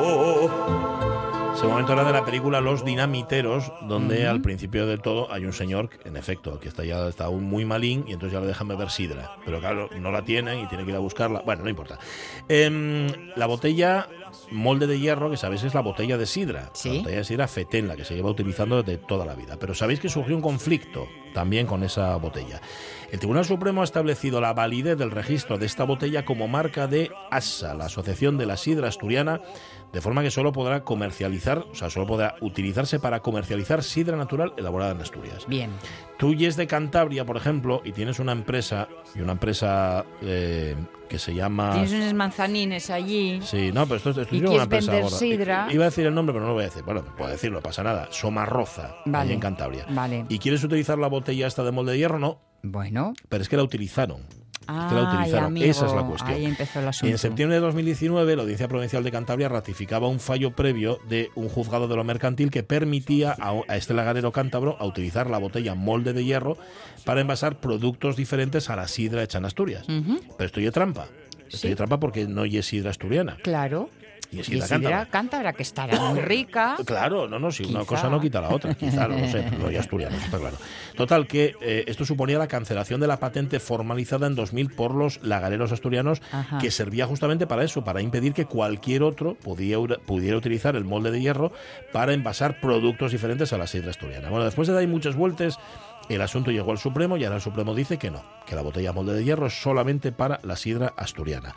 Speaker 1: Se Este momento era de la película Los Dinamiteros, donde al principio de todo hay un señor, que, en efecto, que está ya está aún muy malín y entonces ya le dejan beber sidra. Pero claro, no la tienen y tiene que ir a buscarla. Bueno, no importa. Em, la botella molde de hierro, que sabéis es la botella de sidra.
Speaker 2: Sí.
Speaker 1: La botella de sidra fetén, la que se lleva utilizando desde toda la vida. Pero sabéis que surgió un conflicto también con esa botella. El Tribunal Supremo ha establecido la validez del registro de esta botella como marca de ASA, la Asociación de la Sidra Asturiana, de forma que solo podrá comercializar, o sea, solo podrá utilizarse para comercializar sidra natural elaborada en Asturias.
Speaker 2: Bien.
Speaker 1: Tú es de Cantabria, por ejemplo, y tienes una empresa, y una empresa eh, que se llama...
Speaker 2: Tienes unos manzanines allí.
Speaker 1: Sí, no, pero esto, esto
Speaker 2: ¿Y
Speaker 1: yo
Speaker 2: quieres
Speaker 1: una empresa
Speaker 2: vender
Speaker 1: gorda.
Speaker 2: sidra?
Speaker 1: I- Iba a decir el nombre, pero no lo voy a decir. Bueno, puedo decirlo, pasa nada. Somarroza,
Speaker 2: Vale.
Speaker 1: allí en Cantabria.
Speaker 2: Vale.
Speaker 1: ¿Y quieres utilizar la botella esta de molde de hierro? No,
Speaker 2: Bueno.
Speaker 1: pero es que la utilizaron. Es que la
Speaker 2: Ah,
Speaker 1: utilizaron.
Speaker 2: amigo,
Speaker 1: Esa es la cuestión.
Speaker 2: Ahí empezó el
Speaker 1: Y
Speaker 2: asunto.
Speaker 1: en septiembre de 2019, la Audiencia Provincial de Cantabria ratificaba un fallo previo de un juzgado de lo mercantil que permitía a, a este lagarero cántabro a utilizar la botella molde de hierro para envasar productos diferentes a la sidra hecha en Asturias.
Speaker 2: Ujú,
Speaker 1: Pero esto ya es trampa. Esto
Speaker 2: Mm. Sí.
Speaker 1: ya es trampa porque no y es sidra asturiana.
Speaker 2: Claro.
Speaker 1: Y es
Speaker 2: Y
Speaker 1: sidra
Speaker 2: sidra
Speaker 1: cántabra.
Speaker 2: cántabra, que estará muy rica.
Speaker 1: Claro, no, no, si una
Speaker 2: Quizá.
Speaker 1: cosa no quita la otra, quizá, no lo sé, pero ya asturiano, está claro. Total, que eh, esto suponía la cancelación de la patente formalizada en 2000 por los lagareros asturianos,
Speaker 2: Ajá.
Speaker 1: que servía justamente para eso, para impedir que cualquier otro podía ura- pudiera utilizar el molde de hierro para envasar productos diferentes a la sidra asturiana. Bueno, después de dar muchas vueltas, el asunto llegó al Supremo y ahora el Supremo dice que no, que la botella molde de hierro es solamente para la sidra asturiana.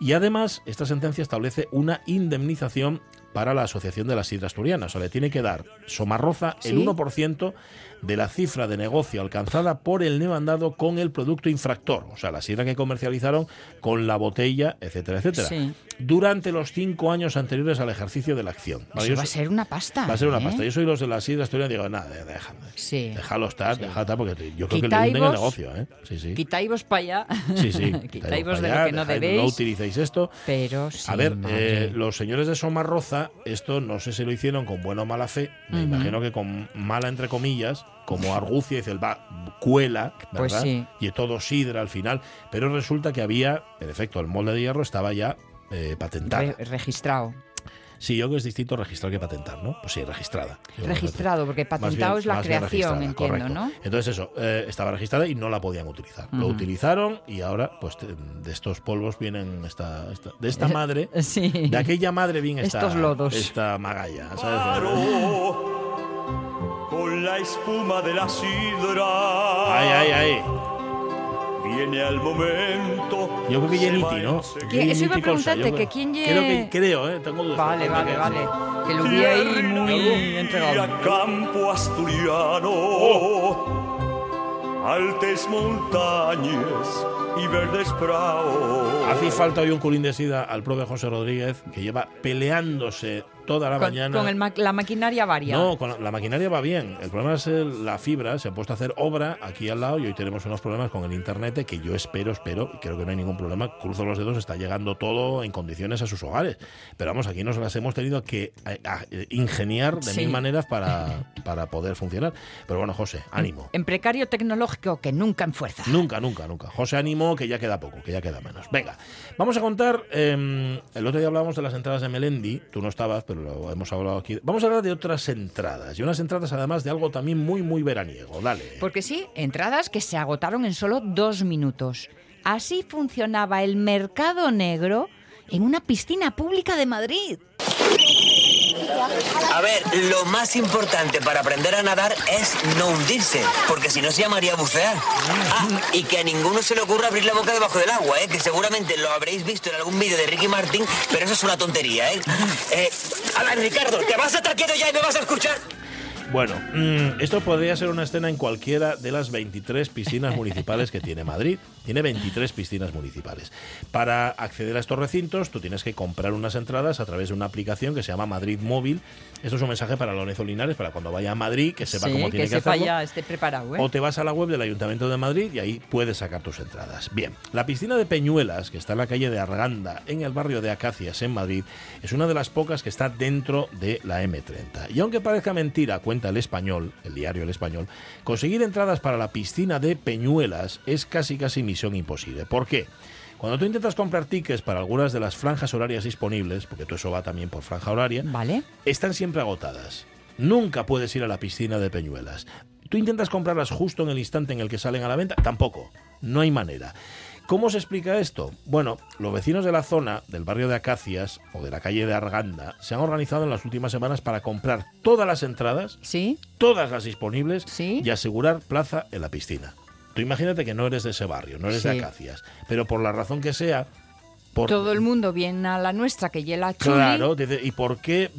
Speaker 1: Y además, esta sentencia establece una indemnización para la Asociación de la Sidra Asturiana. O sea, le tiene que dar Somarroza el
Speaker 2: Sí.
Speaker 1: 1% de la cifra de negocio alcanzada por el demandado con el producto infractor. O sea, la sidra que comercializaron con la botella, etcétera, etcétera.
Speaker 2: Sí.
Speaker 1: Durante los cinco años anteriores al ejercicio de la acción. Vale,
Speaker 2: Eso
Speaker 1: yo
Speaker 2: va a
Speaker 1: so-
Speaker 2: ser una pasta.
Speaker 1: va a ser una
Speaker 2: ¿eh?
Speaker 1: pasta. Yo soy los de la sidra asturiana y digo, nada, eh, déjame.
Speaker 2: Sí.
Speaker 1: Déjalo estar,
Speaker 2: Sí.
Speaker 1: déjalo estar, porque te- yo creo que le
Speaker 2: Quitaivos-
Speaker 1: hunden el negocio, ¿eh? Sí, sí.
Speaker 2: Quitáis para allá.
Speaker 1: Sí, sí.
Speaker 2: Quitáis
Speaker 1: Quitaivos
Speaker 2: de
Speaker 1: para
Speaker 2: lo que
Speaker 1: allá,
Speaker 2: no
Speaker 1: dejad-
Speaker 2: debéis.
Speaker 1: No utilicéis esto.
Speaker 2: Pero sí.
Speaker 1: A ver,
Speaker 2: madre.
Speaker 1: eh, los señores de Somarroza, esto no sé si lo hicieron con buena o mala fe, me
Speaker 2: Ujú.
Speaker 1: imagino que con mala entre comillas, como Argucia dice el va, cuela, ¿verdad?
Speaker 2: Pues sí.
Speaker 1: Y todo sidra al final, pero resulta que había, en efecto, el molde de hierro estaba ya eh, patentado.
Speaker 2: Re- registrado.
Speaker 1: sí, yo creo que es distinto registrar que patentar, ¿no? Pues sí, registrada. Yo creo que-
Speaker 2: Registrado, porque
Speaker 1: más
Speaker 2: patentado
Speaker 1: bien-
Speaker 2: es la
Speaker 1: más bien
Speaker 2: creación,
Speaker 1: registrada,
Speaker 2: entiendo,
Speaker 1: correcto.
Speaker 2: ¿no?
Speaker 1: Entonces eso, eh, estaba registrada y no la podían utilizar. Lo
Speaker 2: Ujú.
Speaker 1: utilizaron y ahora, pues te- de estos polvos vienen esta, esta- de esta madre,
Speaker 2: Sí.
Speaker 1: de aquella madre bien esta,
Speaker 2: Estos lodos.
Speaker 1: esta magalla. ¿sabes?
Speaker 4: Claro, con la espuma de la sidra.
Speaker 1: Ay, ay, ay.
Speaker 4: Viene al momento.
Speaker 1: Yo creo que
Speaker 4: se
Speaker 1: Yeniti,
Speaker 4: va
Speaker 1: ¿no?
Speaker 4: enseguida.
Speaker 2: ¿Qué? Eso
Speaker 1: Yeniti Consa,
Speaker 2: iba a
Speaker 1: yo
Speaker 2: preguntarte,
Speaker 1: creo-
Speaker 2: que quién ye-
Speaker 1: Creo que, creo, ¿eh? Tengo dudas.
Speaker 2: Vale,
Speaker 1: Tengo
Speaker 2: vale,
Speaker 1: que-
Speaker 2: vale. Que lo vi ahí muy
Speaker 4: Tierra y
Speaker 2: entregado.
Speaker 4: campo asturiano,
Speaker 1: Oh.
Speaker 4: altas montañas y verdes praos.
Speaker 1: Hace falta hoy un culín de sida al prove José Rodríguez, que lleva peleándose toda la
Speaker 2: Con,
Speaker 1: mañana.
Speaker 2: con el ma- la maquinaria varia.
Speaker 1: No, con la, la maquinaria va bien. El problema es el- la fibra. Se ha puesto a hacer obra aquí al lado y hoy tenemos unos problemas con el internet que yo espero, espero, y creo que no hay ningún problema. Cruzo los dedos, está llegando todo en condiciones a sus hogares. Pero vamos, aquí nos las hemos tenido que eh, a- eh, ingeniar de
Speaker 2: Sí.
Speaker 1: mil maneras para, para poder funcionar. Pero bueno, José, ánimo.
Speaker 2: En precario tecnológico que nunca en fuerza.
Speaker 1: Nunca, nunca, nunca. José ánimo, que ya queda poco, que ya queda menos. Venga, vamos a contar. eh, el otro día hablábamos de las entradas de Melendi. Tú no estabas, pero lo hemos hablado aquí. Vamos a hablar de otras entradas. Y unas entradas, además, de algo también muy, muy veraniego. Dale.
Speaker 2: Porque sí, entradas que se agotaron en solo dos minutos. Así funcionaba el mercado negro en una piscina pública de Madrid.
Speaker 9: A ver, lo más importante para aprender a nadar es no hundirse, porque si no se llamaría bucear. Ah, y que a ninguno se le ocurra abrir la boca debajo del agua, ¿eh? que seguramente lo habréis visto en algún vídeo de Ricky Martin, pero eso es una tontería. ¿eh? Eh, a ver, Ricardo, ¿te vas a estar quieto ya y me vas a escuchar?
Speaker 1: Bueno, mm, esto podría ser una escena en cualquiera de las 23 piscinas municipales que tiene Madrid. Tiene 23 piscinas municipales. Para acceder a estos recintos, tú tienes que comprar unas entradas a través de una aplicación que se llama Madrid Móvil. Esto es un mensaje para Lorenzo Linares, para cuando vaya a Madrid, que sepa
Speaker 2: Sí,
Speaker 1: cómo
Speaker 2: que,
Speaker 1: tiene que,
Speaker 2: sepa
Speaker 1: hacerlo.
Speaker 2: ya, esté preparado. ¿eh?
Speaker 1: O te vas a la web del Ayuntamiento de Madrid y ahí puedes sacar tus entradas. Bien, la piscina de Peñuelas, que está en la calle de Arganda, en el barrio de Acacias, en Madrid, es una de las pocas que está dentro de la M30. Y aunque parezca mentira, cuenta el español, el diario El Español, conseguir entradas para la piscina de Peñuelas es casi casi misión imposible. ¿Por qué? Cuando tú intentas comprar tickets para algunas de las franjas horarias disponibles, porque todo eso va también por franja horaria,
Speaker 2: Vale.
Speaker 1: están siempre agotadas. Nunca puedes ir a la piscina de Peñuelas. Tú intentas comprarlas justo en el instante en el que salen a la venta, tampoco. No hay manera. ¿Cómo se explica esto? Bueno, los vecinos de la zona, del barrio de Acacias o de la calle de Arganda, se han organizado en las últimas semanas para comprar todas las entradas,
Speaker 2: ¿Sí?
Speaker 1: todas las disponibles,
Speaker 2: Sí.
Speaker 1: y asegurar plaza en la piscina. Tú imagínate que no eres de ese barrio, no eres de
Speaker 2: Sí.
Speaker 1: Acacias, pero por la razón que sea, por
Speaker 2: Todo el mundo viene a la nuestra, que hiela chuli.
Speaker 1: Claro, dice, ¿y por qué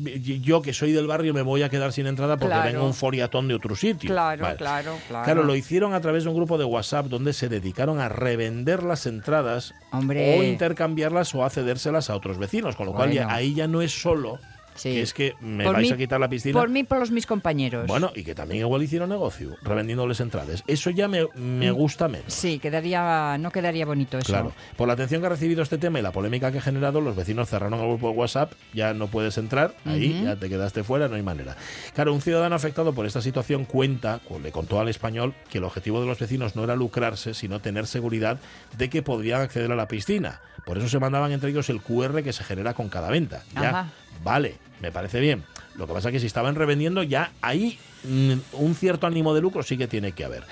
Speaker 1: yo que soy del barrio me voy a quedar sin entrada porque
Speaker 2: Claro.
Speaker 1: vengo un foriatón de otro sitio?
Speaker 2: Claro,
Speaker 1: Vale.
Speaker 2: claro, claro.
Speaker 1: Claro, lo hicieron a través de un grupo de WhatsApp donde se dedicaron a revender las entradas
Speaker 2: Hombre.
Speaker 1: o intercambiarlas o a cedérselas a otros vecinos, con lo cual ya-
Speaker 2: Bueno.
Speaker 1: ahí ya no es solo
Speaker 2: Sí.
Speaker 1: que es que me
Speaker 2: Por
Speaker 1: vais
Speaker 2: mí-
Speaker 1: a quitar la piscina.
Speaker 2: Por mí y por los mis compañeros.
Speaker 1: Bueno, y que también igual hicieron negocio, revendiéndoles entradas. Eso ya me,
Speaker 2: Mm.
Speaker 1: me gusta menos.
Speaker 2: Sí, quedaría, no quedaría bonito eso.
Speaker 1: Claro. Por la atención que ha recibido este tema y la polémica que ha generado, los vecinos cerraron el grupo de WhatsApp, ya no puedes entrar, ahí ya te quedaste fuera, no hay manera. Claro, un ciudadano afectado por esta situación cuenta, o le contó al español, que el objetivo de los vecinos no era lucrarse, sino tener seguridad de que podrían acceder a la piscina. Por eso se mandaban entre ellos el QR que se genera con cada venta. Ya,
Speaker 2: Ajá.
Speaker 1: vale, me parece bien. Lo que pasa es que si estaban revendiendo, ya ahí mm, un cierto ánimo de lucro sí que tiene que haber.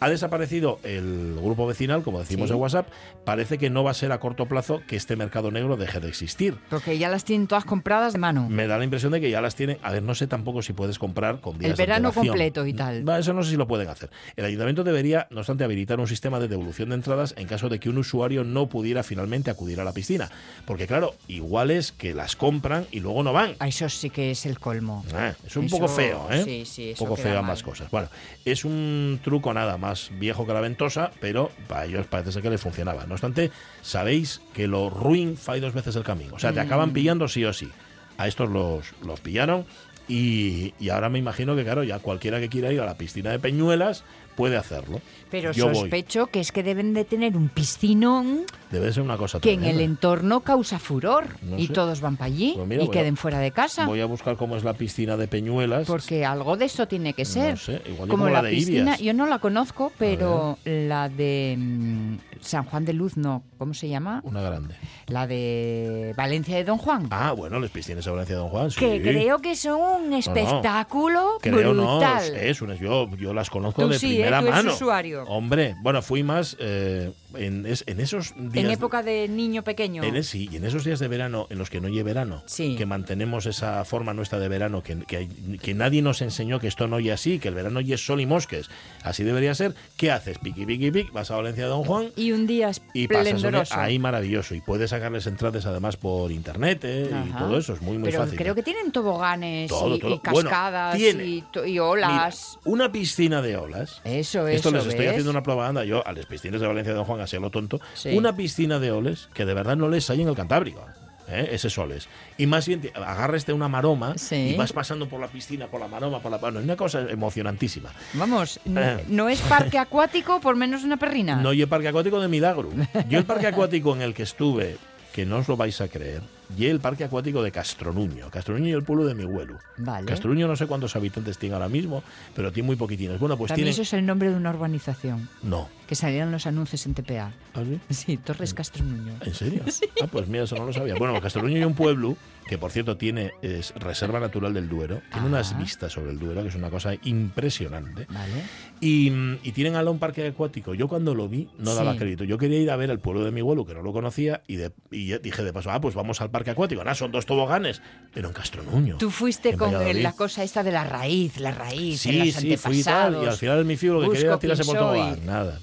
Speaker 1: Ha desaparecido el grupo vecinal, como decimos
Speaker 2: Sí.
Speaker 1: en WhatsApp. Parece que no va a ser a corto plazo que este mercado negro deje de existir.
Speaker 2: Porque ya las tienen todas compradas de mano.
Speaker 1: Me da la impresión de que ya las tienen. A ver, no sé tampoco si puedes comprar con días
Speaker 2: El
Speaker 1: de
Speaker 2: verano
Speaker 1: antelación.
Speaker 2: completo y tal.
Speaker 1: Va, Eso no sé si lo pueden hacer. El ayuntamiento debería, no obstante, habilitar un sistema de devolución de entradas en caso de que un usuario no pudiera finalmente acudir a la piscina. Porque, claro, igual es que las compran y luego no van.
Speaker 2: A eso sí que es el colmo.
Speaker 1: Ah, es un
Speaker 2: Eso-
Speaker 1: poco feo, ¿eh?
Speaker 2: sí, sí, eso
Speaker 1: Un poco
Speaker 2: queda
Speaker 1: feo
Speaker 2: mal.
Speaker 1: ambas cosas. Bueno, es un truco nada más viejo que la ventosa, pero para ellos parece ser que les funcionaba. No obstante, sabéis que lo ruin fai dos veces el camino. O sea, te
Speaker 2: Mm.
Speaker 1: acaban pillando sí o sí. A estos los, los pillaron y, y ahora me imagino que, claro, ya cualquiera que quiera ir a la piscina de Peñuelas puede hacerlo.
Speaker 2: Pero
Speaker 1: Yo voy.
Speaker 2: sospecho que es que deben de tener un piscinón
Speaker 1: Debe ser una cosa
Speaker 2: que en el
Speaker 1: tremenda.
Speaker 2: entorno causa furor
Speaker 1: No
Speaker 2: y
Speaker 1: sé.
Speaker 2: todos van para allí
Speaker 1: Pues mira,
Speaker 2: y
Speaker 1: voy a-
Speaker 2: queden fuera de casa.
Speaker 1: Voy a buscar cómo es la piscina de Peñuelas.
Speaker 2: Porque algo de eso tiene que ser.
Speaker 1: No sé, igual y
Speaker 2: como,
Speaker 1: como
Speaker 2: la,
Speaker 1: la de
Speaker 2: piscina,
Speaker 1: Ibias.
Speaker 2: yo no la conozco, pero la de mm, San Juan de Luz, no, ¿cómo se llama?
Speaker 1: Una grande.
Speaker 2: La de Valencia de Don Juan.
Speaker 1: Ah, bueno, las piscinas de Valencia Don Juan. Sí.
Speaker 2: Que creo que son un espectáculo
Speaker 1: Creo no,
Speaker 2: brutal.
Speaker 1: es una- yo, yo las conozco
Speaker 2: Tú
Speaker 1: de
Speaker 2: sí, ¿eh?
Speaker 1: primera
Speaker 2: Tú eres
Speaker 1: mano.
Speaker 2: usuario.
Speaker 1: Hombre, bueno, fui más eh, en, es- en esos días.
Speaker 2: en época de niño pequeño.
Speaker 1: en es- sí, y en esos días de verano en los que no hay verano,
Speaker 2: Sí.
Speaker 1: que mantenemos esa forma nuestra de verano, que, que, hay- que nadie nos enseñó que esto no oye así, que el verano oye sol y mosques, así debería ser. ¿Qué haces? Piqui, piqui, piqui, vas a Valencia de Don Juan
Speaker 2: Y un día
Speaker 1: y pasas oye,
Speaker 2: esplendoroso.
Speaker 1: ahí maravilloso. Y puedes sacarles entradas además por internet eh, y
Speaker 2: Ajá.
Speaker 1: todo eso, es muy, muy
Speaker 2: Pero
Speaker 1: fácil. ¿eh?
Speaker 2: creo que tienen toboganes
Speaker 1: Todo,
Speaker 2: y,
Speaker 1: todo.
Speaker 2: y cascadas
Speaker 1: Bueno, tiene.
Speaker 2: y, to- y
Speaker 1: Mira,
Speaker 2: olas.
Speaker 1: una piscina de olas.
Speaker 2: Eso,
Speaker 1: Esto
Speaker 2: eso,
Speaker 1: les estoy
Speaker 2: ¿ves?
Speaker 1: haciendo una propaganda yo a las piscinas de Valencia de Don Juan, así a lo tonto.
Speaker 2: Sí.
Speaker 1: Una piscina de oles que de verdad no les hay en el Cantábrico. ¿eh? Ese soles. Y más bien, te- agarres de una maroma
Speaker 2: Sí.
Speaker 1: y vas pasando por la piscina, por la maroma, por la. Bueno, es una cosa emocionantísima.
Speaker 2: Vamos, n-
Speaker 1: Eh.
Speaker 2: no es parque acuático, por menos una perrina.
Speaker 1: No, yo el parque acuático de Milagro. Yo el parque acuático en el que estuve, que no os lo vais a creer, y el parque acuático de Castronuño. Castronuño y el pueblo de mi abuelo.
Speaker 2: Vale.
Speaker 1: Castronuño no sé cuántos habitantes tiene ahora mismo, pero tiene muy poquitines. Bueno, pues
Speaker 2: También
Speaker 1: tiene.
Speaker 2: eso es el nombre de una urbanización
Speaker 1: No.
Speaker 2: que salían los anuncios en TPA.
Speaker 1: ¿Ah, sí?
Speaker 2: Sí, Torres Castro Nuño.
Speaker 1: ¿En serio? Ah, pues mira, eso no lo sabía. Bueno, Castelluño y un pueblo, que por cierto tiene es Reserva Natural del Duero, tiene unas
Speaker 2: Ajá.
Speaker 1: vistas sobre el Duero, que es una cosa impresionante.
Speaker 2: Vale.
Speaker 1: Y, mm, y tienen al lado un parque acuático. Yo cuando lo vi no
Speaker 2: Sí.
Speaker 1: daba crédito. Yo quería ir a ver el pueblo de mi abuelo, que no lo conocía, y, de- y ya dije de paso, ah, pues vamos al parque acuático. Nada, son dos toboganes, pero en Castronuño.
Speaker 2: Tú fuiste
Speaker 1: en
Speaker 2: con
Speaker 1: Valladolid.
Speaker 2: la cosa esta de la raíz, la raíz, de
Speaker 1: Sí,
Speaker 2: los
Speaker 1: sí, fui y tal.
Speaker 2: antepasados.
Speaker 1: Y al final el Mifio lo que
Speaker 2: Busco
Speaker 1: quería era tirarse por
Speaker 2: quién soy.
Speaker 1: tobogán. Nada.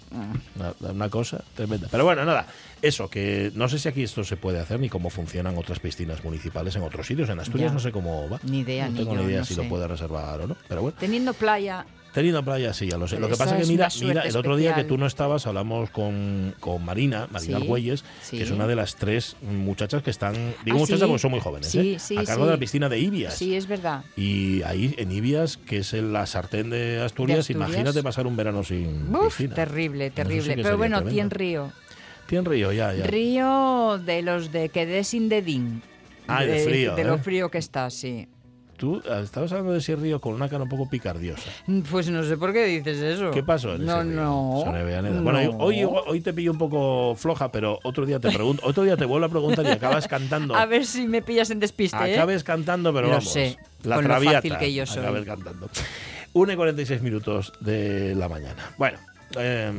Speaker 1: Nada, Una cosa tremenda. Pero bueno, nada. Eso, que no sé si aquí esto se puede hacer ni cómo funcionan otras piscinas municipales en otros sitios. En Asturias
Speaker 2: Ya.
Speaker 1: no sé cómo va.
Speaker 2: Ni idea,
Speaker 1: No
Speaker 2: ni
Speaker 1: tengo ni
Speaker 2: yo,
Speaker 1: idea
Speaker 2: no
Speaker 1: si
Speaker 2: sé.
Speaker 1: lo puede reservar o no. Pero bueno.
Speaker 2: Teniendo playa,
Speaker 1: Teniendo playa, sí, ya lo sé. lo
Speaker 2: Pero
Speaker 1: que
Speaker 2: esa
Speaker 1: pasa es
Speaker 2: es
Speaker 1: que, mira,
Speaker 2: una suerte
Speaker 1: mira, el otro día que
Speaker 2: especial.
Speaker 1: tú no estabas, hablamos con, con Marina, Marina
Speaker 2: Sí,
Speaker 1: Argüelles,
Speaker 2: sí.
Speaker 1: que es una de las tres muchachas que están, digo
Speaker 2: Ah,
Speaker 1: muchachas
Speaker 2: sí.
Speaker 1: porque son muy jóvenes,
Speaker 2: Sí,
Speaker 1: ¿eh?
Speaker 2: sí,
Speaker 1: a cargo
Speaker 2: sí.
Speaker 1: de la piscina de Ibias.
Speaker 2: sí, es verdad.
Speaker 1: Y ahí en Ibias, que es en la sartén de Asturias,
Speaker 2: De Asturias.
Speaker 1: imagínate pasar un verano sin
Speaker 2: Uf,
Speaker 1: piscina.
Speaker 2: terrible,
Speaker 1: Eso sí
Speaker 2: terrible.
Speaker 1: que
Speaker 2: Pero
Speaker 1: sería
Speaker 2: bueno,
Speaker 1: tremendo.
Speaker 2: tiene río.
Speaker 1: Tiene río, ya, ya.
Speaker 2: Río de los de que des sin dedín.
Speaker 1: Ah, y de frío,
Speaker 2: De lo
Speaker 1: ¿eh?
Speaker 2: frío que está, sí.
Speaker 1: Tú ah, estabas hablando de ese río con una cara un poco picardiosa.
Speaker 2: Pues no sé por qué dices eso.
Speaker 1: ¿Qué pasó en ese
Speaker 2: No,
Speaker 1: río?
Speaker 2: no.
Speaker 1: Sonia Villaneda?
Speaker 2: no.
Speaker 1: Bueno, hoy, hoy- hoy te pillo un poco floja, pero otro día te pregunto, otro día te vuelvo a preguntar y acabas cantando.
Speaker 2: A ver si me pillas en despiste. ¿eh?
Speaker 1: Acabes cantando, pero
Speaker 2: Lo
Speaker 1: vamos.
Speaker 2: sé,
Speaker 1: la
Speaker 2: con lo
Speaker 1: traviata.
Speaker 2: fácil que yo soy.
Speaker 1: Acabes cantando. 1 y 46 minutos de la mañana. Bueno, eh,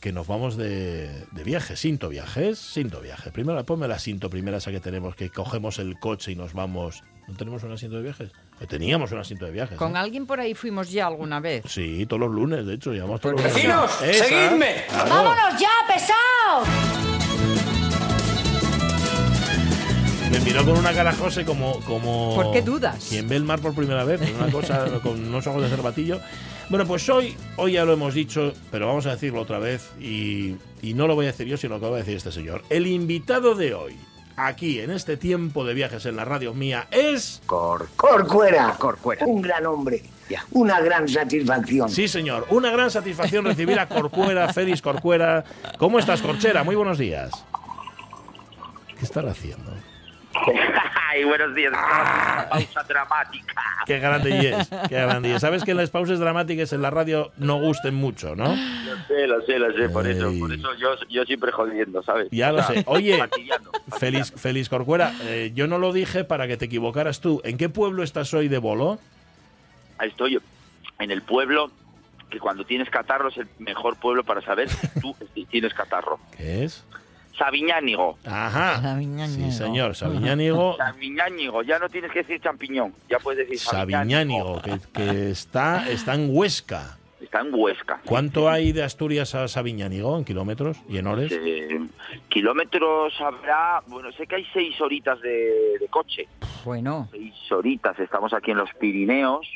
Speaker 1: que nos vamos de, de viaje. Sinto viajes, sinto viaje. Primero, ponme la sinto primera, esa que tenemos, que cogemos el coche y nos vamos. ¿No tenemos un asiento de viajes? Eh, Teníamos un asiento de viajes.
Speaker 2: Con
Speaker 1: ¿eh?
Speaker 2: alguien por ahí fuimos ya alguna vez.
Speaker 1: Sí, todos los lunes, de hecho, llevamos todos los lunes.
Speaker 4: ¡Vecinos,
Speaker 1: Esa,
Speaker 4: seguidme!
Speaker 1: claro.
Speaker 10: ¡Vámonos ya, pesado!
Speaker 1: Me miró con una cara José como, como.
Speaker 2: ¿Por qué dudas?
Speaker 1: Quien ve el mar por primera vez, con una cosa, con unos ojos de cervatillo. Bueno, pues hoy, hoy ya lo hemos dicho, pero vamos a decirlo otra vez y, y no lo voy a decir yo, sino que lo va a decir este señor. El invitado de hoy, aquí en este tiempo de viajes en la radio mía, es.
Speaker 8: Corcuera. Un gran hombre. Una gran satisfacción.
Speaker 1: Sí, señor, una gran satisfacción recibir a Corcuera, Félix Corcuera. ¿Cómo estás, Corchera? Muy buenos días. ¿Qué estará haciendo? Ah.
Speaker 11: Ay, buenos días. Pausa dramática.
Speaker 1: Qué grande es, qué grande es. Sabes que las pausas dramáticas en la radio no gusten mucho, ¿no?
Speaker 11: Lo sé, lo sé, lo sé. Por eso, por eso yo, yo siempre jodiendo, ¿sabes?
Speaker 1: Ya lo
Speaker 11: O sea,
Speaker 1: sé. Oye,
Speaker 11: fastidiando.
Speaker 1: Félix, Félix Corcuera, eh, yo no lo dije para que te equivocaras tú. ¿En qué pueblo estás hoy de bolo?
Speaker 11: Ahí estoy en el pueblo que cuando tienes catarro es el mejor pueblo para saber si tú si tienes catarro.
Speaker 1: ¿Qué es?
Speaker 11: Sabiñánigo.
Speaker 1: Ajá. Ah, Sí, señor. Sabiñánigo.
Speaker 11: Sabiñánigo. Ya no tienes que decir champiñón. Ya puedes decir Sabiñánigo.
Speaker 1: Sabiñánigo, que, que está, está en Huesca.
Speaker 11: Está en Huesca.
Speaker 1: ¿Cuánto hay de Asturias a Sabiñánigo en kilómetros y en horas?
Speaker 11: Eh, kilómetros habrá, bueno, sé que hay seis horitas de, de coche.
Speaker 2: Bueno,
Speaker 11: Seis horitas. Estamos aquí en los Pirineos.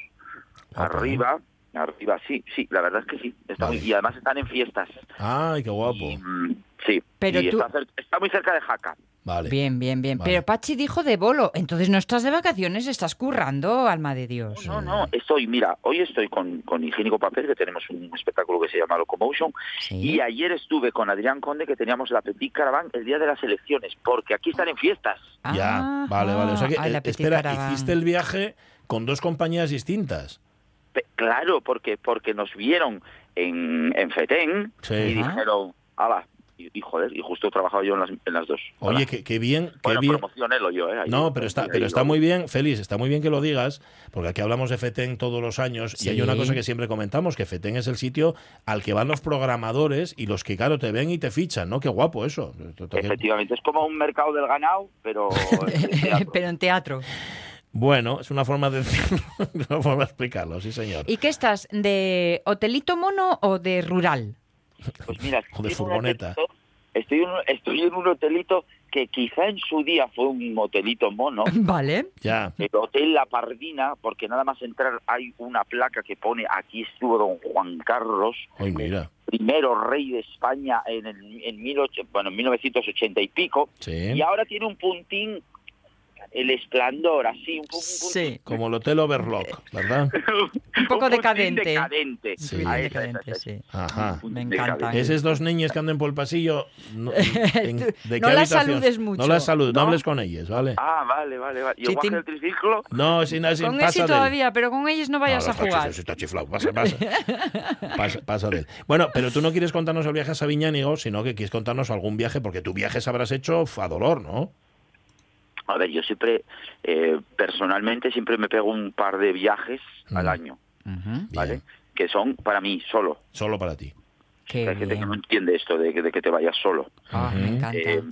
Speaker 1: Ah, por ahí.
Speaker 11: Arriba, arriba, sí, sí, la verdad es que sí. Está
Speaker 1: Vale.
Speaker 11: muy- y además están en fiestas.
Speaker 1: Ay, qué guapo.
Speaker 11: Mm, sí,
Speaker 2: Pero
Speaker 11: y
Speaker 2: tú-
Speaker 11: está, cer- está muy cerca de Jaca.
Speaker 1: Vale.
Speaker 2: bien, bien, bien.
Speaker 1: Vale.
Speaker 2: Pero Pachi dijo de bolo. Entonces no estás de vacaciones, estás currando, alma de Dios.
Speaker 11: No, no, estoy, mira, hoy estoy con, con Higiénico Papel, que tenemos un espectáculo que se llama Locomotion,
Speaker 2: Sí.
Speaker 11: y ayer estuve con Adrián Conde, que teníamos la Petit Caravan el día de las elecciones, porque aquí están en fiestas.
Speaker 1: Ya,
Speaker 2: Ajá,
Speaker 1: vale, vale. O sea que,
Speaker 2: a Ah, la
Speaker 1: eh,
Speaker 2: Petit
Speaker 1: espera,
Speaker 2: Caravan.
Speaker 1: hiciste el viaje con dos compañías distintas.
Speaker 11: Pe- claro, porque porque nos vieron en, en Fetén
Speaker 1: Sí.
Speaker 11: y
Speaker 2: Ajá.
Speaker 11: dijeron, ala, y, y joder, y justo he trabajado yo en las, en las dos. Ala.
Speaker 1: Oye, qué, qué bien, qué
Speaker 11: bueno,
Speaker 1: bien.
Speaker 11: promocionélo yo, ¿eh? Ahí-
Speaker 1: No, pero está,
Speaker 11: ahí
Speaker 1: pero
Speaker 11: yo-
Speaker 1: está muy bien, Félix, está muy bien que lo digas, porque aquí hablamos de FETEN todos los años y hay
Speaker 2: Sí.
Speaker 1: una cosa que siempre comentamos, que FETEN es el sitio al que van los programadores y los que, claro, te ven y te fichan, ¿no? Qué guapo eso.
Speaker 11: Efectivamente, es como un mercado del ganado, pero... pues
Speaker 2: Pero en teatro.
Speaker 1: Bueno, es una forma de decirlo, una forma de explicarlo, sí señor.
Speaker 2: ¿Y qué estás? ¿De hotelito mono o de rural?
Speaker 11: Pues mira,
Speaker 1: O de
Speaker 11: estoy en un
Speaker 1: furgoneta.
Speaker 11: hotelito- Estoy en, un, estoy en un hotelito que quizá en su día fue un motelito mono,
Speaker 2: Vale.
Speaker 1: Ya,
Speaker 11: el Hotel La Pardina, porque nada más entrar hay una placa que pone aquí estuvo don Juan Carlos,
Speaker 1: hoy mira,
Speaker 11: primero rey de España en, el, en, mil ocho- bueno, en 1980 y pico,
Speaker 1: sí.
Speaker 11: y ahora tiene un puntín, el esplendor, así, un, pu- un puntín
Speaker 2: Sí.
Speaker 1: Como el Hotel Overlock, ¿verdad?
Speaker 2: Un poco
Speaker 11: puntín
Speaker 2: decadente.
Speaker 11: decadente.
Speaker 1: Sí. Eh,
Speaker 2: Bien
Speaker 11: Ahí está, ahí está, ahí
Speaker 2: decadente,
Speaker 11: está.
Speaker 2: sí.
Speaker 1: Ajá.
Speaker 11: Un
Speaker 2: Me
Speaker 11: puntín
Speaker 2: encanta.
Speaker 11: decadente.
Speaker 1: Esos dos niños que andan por el pasillo, no, en-
Speaker 2: Tú,
Speaker 1: ¿de
Speaker 2: no
Speaker 1: qué
Speaker 2: las
Speaker 1: habitación?
Speaker 2: saludes mucho.
Speaker 1: No las saludes, no,
Speaker 11: ¿No?
Speaker 1: hables con ellas, ¿vale?
Speaker 11: Ah, vale, vale, vale. ¿Y el
Speaker 2: Sí,
Speaker 11: guaje
Speaker 2: te-
Speaker 11: del triciclo?
Speaker 1: No, sin, sin
Speaker 2: Con
Speaker 1: pasa
Speaker 2: ese
Speaker 1: de él.
Speaker 2: todavía, pero con ellos no vayas
Speaker 1: No,
Speaker 2: a
Speaker 1: no,
Speaker 2: jugar.
Speaker 1: sí, sí, está chiflado. Pasa, pasa. Pasa- pasa de él. Bueno, pero tú no quieres contarnos el viaje a Sabiñánigo, sino que quieres contarnos algún viaje, porque tu viajes habrás hecho uf, a dolor, ¿no?
Speaker 11: A ver, yo siempre, eh, personalmente, siempre me pego un par de viajes al
Speaker 1: Mm.
Speaker 11: año,
Speaker 2: Ujú.
Speaker 1: Bien.
Speaker 11: ¿vale? Que son para mí solo.
Speaker 1: Solo para ti.
Speaker 2: Qué
Speaker 11: Hay gente que
Speaker 2: bien.
Speaker 11: no entiende esto de, que- de que te vayas solo.
Speaker 2: Ah,
Speaker 1: Ujú.
Speaker 2: me encanta.
Speaker 11: Eh,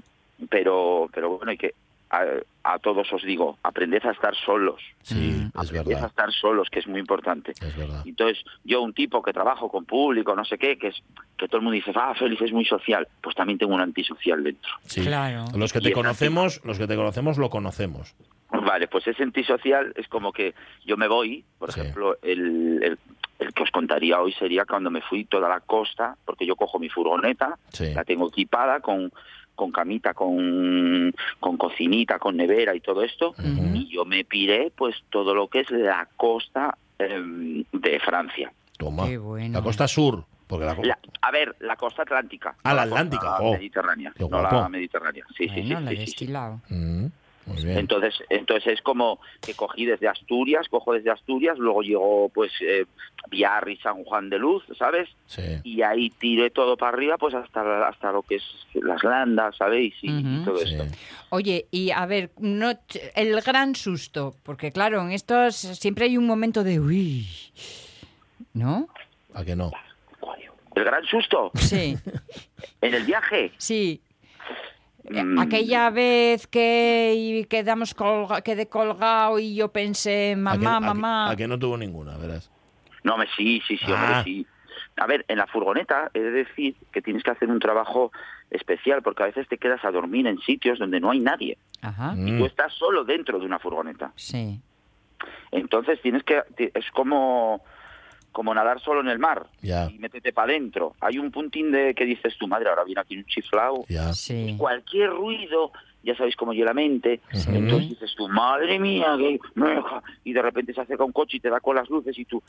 Speaker 11: pero, pero bueno, hay que a, a todos os digo, aprended a estar solos.
Speaker 1: Sí, es
Speaker 2: Mm.
Speaker 11: Aprended a
Speaker 1: verdad.
Speaker 11: estar solos, que es muy importante.
Speaker 1: Es verdad.
Speaker 11: Entonces, yo un tipo que trabajo con público, no sé qué, que es que todo el mundo dice, ah, Félix es muy social, pues también tengo un antisocial dentro.
Speaker 1: Sí.
Speaker 2: Claro.
Speaker 1: Los que
Speaker 11: Y
Speaker 1: te
Speaker 11: es
Speaker 1: conocemos, los que te conocemos lo conocemos.
Speaker 11: Vale, pues ese antisocial es como que yo me voy, por
Speaker 1: Sí.
Speaker 11: ejemplo, el, el- el que os contaría hoy sería cuando me fui toda la costa, porque yo cojo mi furgoneta,
Speaker 1: Sí.
Speaker 11: la tengo equipada con, con camita, con, con cocinita, con nevera y todo esto,
Speaker 2: Ujú.
Speaker 11: y yo me piré pues todo lo que es la costa em, de Francia.
Speaker 1: Toma.
Speaker 2: Qué bueno.
Speaker 1: La costa sur, porque la, co-
Speaker 11: La- a ver, la costa atlántica.
Speaker 1: Oh. Ah,
Speaker 11: no
Speaker 1: la
Speaker 11: costa
Speaker 1: atlántica, jo.
Speaker 11: mediterránea.
Speaker 1: Qué
Speaker 11: no la
Speaker 1: guapo.
Speaker 11: mediterránea. Sí, sí,
Speaker 2: Bueno,
Speaker 11: sí,
Speaker 2: la he
Speaker 11: sí, sí, sí.
Speaker 2: destilado.
Speaker 1: Mm.
Speaker 11: Entonces, entonces es como que cogí desde Asturias, cojo desde Asturias, luego llegó pues eh, Biarritz, San Juan de Luz, ¿sabes? Y ahí tiré todo para arriba, pues hasta hasta lo que es las landas, ¿sabéis? Y, y todo esto.
Speaker 2: Oye, y a ver, no, t- el gran susto, porque claro, en estos siempre hay un momento de uy, ¿no?
Speaker 1: ¿A que no?
Speaker 11: El gran susto.
Speaker 2: Sí.
Speaker 11: en el viaje.
Speaker 2: Sí. Eh,
Speaker 11: Mm.
Speaker 2: Aquella vez que y quedamos colga- quedé colgado y yo pensé,
Speaker 1: ¿A que-
Speaker 2: mamá,
Speaker 1: a que-
Speaker 2: mamá.
Speaker 1: a que no tuvo ninguna, verás.
Speaker 11: No, me sí, sí, sí, hombre,
Speaker 1: Ah.
Speaker 11: sí. A ver, en la furgoneta he de decir que tienes que hacer un trabajo especial porque a veces te quedas a dormir en sitios donde no hay nadie.
Speaker 2: Ajá.
Speaker 11: Ah,
Speaker 1: Mm.
Speaker 11: Y pues, tú estás solo dentro de una furgoneta.
Speaker 2: Sí.
Speaker 11: Entonces tienes que ti- es como como nadar solo en el mar
Speaker 1: Ya.
Speaker 11: y métete para adentro. Hay un puntín de que dices tu madre, ahora viene aquí un chiflao.
Speaker 1: Ah.
Speaker 2: Sí.
Speaker 11: Cualquier ruido, ya sabéis cómo yo la mente, entonces dices tu madre mía, que me deja". y de repente se acerca un coche y te da con las luces y tú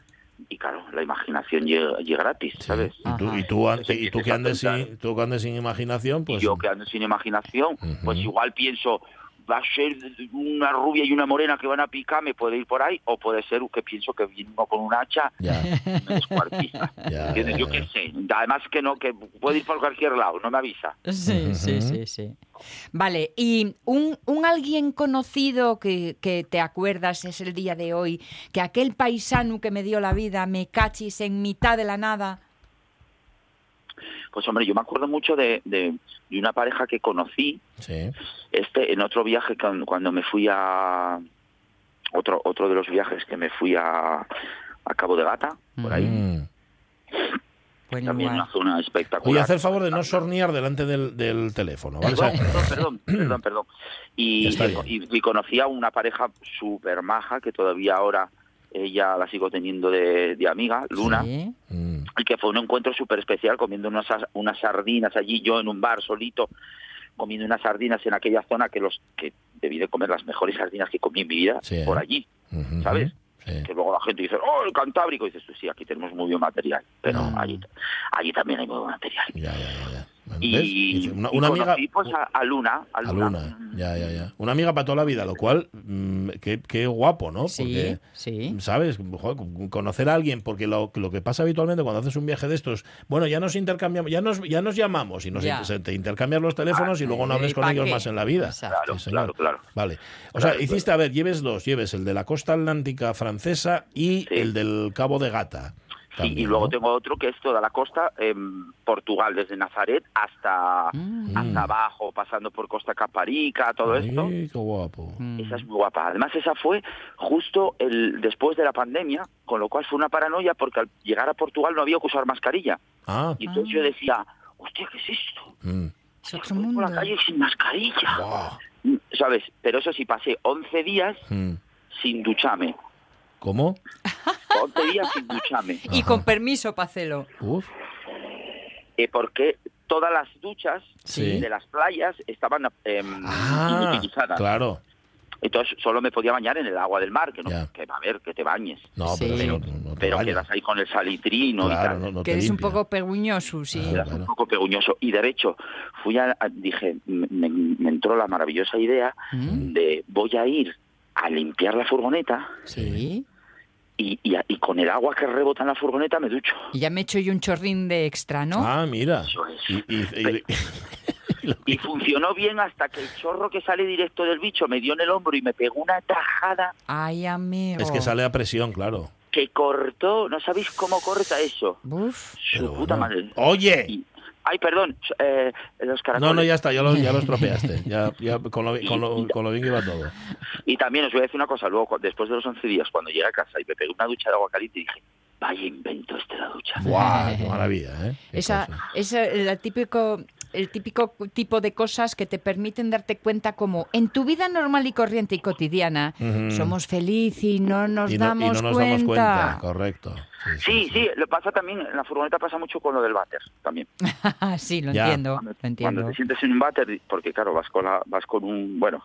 Speaker 11: y claro, la imaginación llega, llega gratis, ¿sabes?
Speaker 1: Y tú, y tú, an- y tú que
Speaker 11: a
Speaker 1: andes sin, tú que andes sin imaginación, pues...
Speaker 11: Y yo que ando sin imaginación, pues igual pienso, va a ser una rubia y una morena que van a picarme, puede ir por ahí, o puede ser que pienso que viene uno con un hacha, me descuartiza. ¿Entiendes? Yo qué sé. Además que no, que puede ir por cualquier lado, no me avisa.
Speaker 2: Sí, sí, sí, sí. Vale, y un, un alguien conocido que, que te acuerdas es el día de hoy, que aquel paisano que me dio la vida me cachis en mitad de la nada.
Speaker 11: Pues hombre, yo me acuerdo mucho de, de- de una pareja que conocí este en otro viaje cuan- cuando me fui a otro otro de los viajes que me fui a, a Cabo de Gata, por ahí.
Speaker 1: Mm.
Speaker 2: Pues
Speaker 11: También una zona espectacular.
Speaker 1: Oye, hacer favor de no sornear delante del, del teléfono, ¿vale?
Speaker 11: Perdón, perdón, perdón, perdón, perdón. Y,
Speaker 1: Ya está bien.
Speaker 11: y- y conocí a una pareja súper maja que todavía ahora ella la sigo teniendo de, de amiga, Luna,
Speaker 1: mm,
Speaker 11: y que fue un encuentro súper especial comiendo unas, as- unas sardinas allí, yo en un bar solito, comiendo unas sardinas en aquella zona que los que debí de comer las mejores sardinas que comí en mi vida
Speaker 1: ¿eh?
Speaker 11: por allí, ¿sabes? Que luego la gente dice, oh, el Cantábrico, y dices tú, sí, aquí tenemos muy buen material, pero
Speaker 1: Mm.
Speaker 11: allí, allí también hay muy buen material.
Speaker 1: ¿Ves?
Speaker 11: Y,
Speaker 1: Dice, una-
Speaker 11: y
Speaker 1: una
Speaker 11: conocí,
Speaker 1: amiga-
Speaker 11: pues, a, a Luna, a
Speaker 1: A
Speaker 11: Luna.
Speaker 1: Luna, ya, ya, ya. Una amiga para toda la vida, lo cual, mm, qué, qué guapo, ¿no? Porque,
Speaker 2: sí.
Speaker 1: ¿Sabes? Joder, conocer a alguien, porque lo, lo que pasa habitualmente cuando haces un viaje de estos, bueno, ya nos intercambiamos, ya nos, ya nos llamamos y nos
Speaker 2: Ya. Ah,
Speaker 1: inter- se- te intercambias los teléfonos y luego no
Speaker 11: ¿y
Speaker 1: hables con
Speaker 11: pa'
Speaker 1: ellos
Speaker 11: qué?
Speaker 1: más en la vida.
Speaker 11: Exacto. Claro,
Speaker 1: señor.
Speaker 11: claro, claro.
Speaker 1: Vale. O
Speaker 11: Claro,
Speaker 1: sea, hiciste, a ver, lleves dos, lleves el de la costa atlántica francesa y el del Cabo de Gata.
Speaker 11: Sí, y luego tengo otro que es toda la costa, en Portugal, desde Nazaret hasta,
Speaker 1: Mm.
Speaker 11: hasta abajo, pasando por Costa Caparica, todo esto.
Speaker 1: Ay, qué guapo.
Speaker 2: Mm.
Speaker 11: Esa es muy guapa. Además, esa fue justo el después de la pandemia, con lo cual fue una paranoia porque al llegar a Portugal no había que usar mascarilla.
Speaker 1: Ah, mm,
Speaker 11: Y entonces yo decía, hostia, ¿qué es esto?
Speaker 2: Es otro
Speaker 11: Voy por
Speaker 2: mundo.
Speaker 11: la calle sin mascarilla. Mm, ¿Sabes? Pero eso sí, pasé 11 días
Speaker 1: mm.
Speaker 11: sin ducharme.
Speaker 1: ¿cómo?
Speaker 11: 11 días sin ducharme.
Speaker 2: Y con permiso, Pacelo.
Speaker 1: Uf.
Speaker 11: Eh, porque todas las duchas
Speaker 1: Sí.
Speaker 11: de las playas estaban em,
Speaker 1: Ah,
Speaker 11: inutilizadas.
Speaker 1: claro.
Speaker 11: Entonces solo me podía bañar en el agua del mar, que no, que va a ver, que te bañes.
Speaker 1: No, pero Sí. no- no te
Speaker 11: Pero
Speaker 1: bañas.
Speaker 11: quedas ahí con el salitrino y
Speaker 1: Claro,
Speaker 11: tal.
Speaker 1: no- no
Speaker 2: que eres un poco peguñoso, sí.
Speaker 1: Ah,
Speaker 11: Quedas un poco peguñoso. Y de hecho, fui a, a- dije, me, me- me entró la maravillosa idea
Speaker 1: Mm.
Speaker 11: de voy a ir a limpiar la furgoneta
Speaker 2: Sí.
Speaker 11: y, y a- y con el agua que rebota en la furgoneta me ducho.
Speaker 2: Y ya me echo yo un chorrín de extra, ¿no?
Speaker 1: Ah, mira. Y- y- y-
Speaker 11: Y funcionó bien hasta que el chorro que sale directo del bicho me dio en el hombro y me pegó una tajada
Speaker 2: Ay, amigo.
Speaker 1: es que sale a presión, claro.
Speaker 11: que cortó. ¿No sabéis cómo corta eso? Su puta madre.
Speaker 1: Oye.
Speaker 11: Ay, perdón, eh, los caracoles.
Speaker 1: No, no, ya está, ya lo, ya lo estropeaste. Ya, ya con, lo, con lo- con lo bien que iba todo.
Speaker 11: Y también os voy a decir una cosa. Luego, cu- después de los 11 días, cuando llegué a casa y me pegué una ducha de agua caliente, dije, vaya invento este de la ducha.
Speaker 1: ¡Guau! ¡Qué maravilla, eh!
Speaker 2: Esa, esa es la típico, el típico tipo de cosas que te permiten darte cuenta como en tu vida normal y corriente y cotidiana
Speaker 1: Ujú.
Speaker 2: somos felices y no nos,
Speaker 1: Y no, y no
Speaker 2: damos,
Speaker 1: nos
Speaker 2: cuenta.
Speaker 1: damos cuenta, correcto.
Speaker 11: Sí, sí, lo pasa también, en la furgoneta pasa mucho con lo del váter, también.
Speaker 1: Oh,
Speaker 2: Ah, sí, lo
Speaker 11: Ya.
Speaker 2: entiendo, lo
Speaker 11: Cuando
Speaker 2: entiendo.
Speaker 11: te sientes en un váter, porque claro, vas con, la, vas con un, bueno,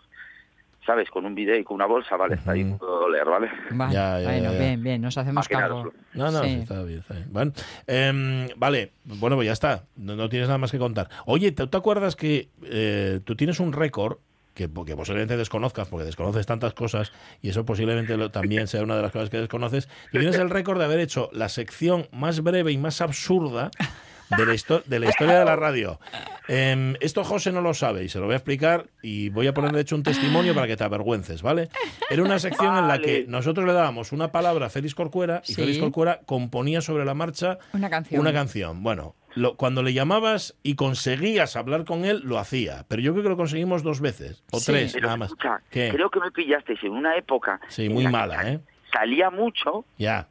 Speaker 11: ¿sabes? Con un bidet y con una bolsa, vale, está ahí, puedo doler, ¿vale?
Speaker 2: Vale,
Speaker 1: Ya, ya,
Speaker 2: bueno,
Speaker 1: ya.
Speaker 2: bien, bien, nos hacemos cargo.
Speaker 1: No, no,
Speaker 2: Sí.
Speaker 1: sí, está bien, está bien. Bueno, em, vale, bueno, pues ya está. No, no tienes nada más que contar. Oye, ¿tú te acuerdas que eh, tú tienes un récord que, que posiblemente desconozcas, porque desconoces tantas cosas, y eso posiblemente lo- también sea una de las cosas que desconoces, y tienes el récord de haber hecho la sección más breve y más absurda de la, histo- de la historia de la radio. Em, esto José no lo sabe y se lo voy a explicar y voy a poner de hecho un testimonio para que te avergüences, ¿vale? Era una sección en la que nosotros le dábamos una palabra a Félix Corcuera y
Speaker 2: Sí.
Speaker 1: Félix Corcuera componía sobre la marcha
Speaker 2: Una canción.
Speaker 1: una canción. Bueno, lo- cuando le llamabas y conseguías hablar con él, lo hacía. Pero yo creo que lo conseguimos dos veces o tres,
Speaker 11: Pero,
Speaker 1: nada más.
Speaker 11: escucha,
Speaker 1: ¿Qué?
Speaker 11: Creo que me pillasteis en una época.
Speaker 1: Sí,
Speaker 11: en
Speaker 1: muy
Speaker 11: la que
Speaker 1: mala, ¿eh?
Speaker 11: Salía mucho
Speaker 1: Ya,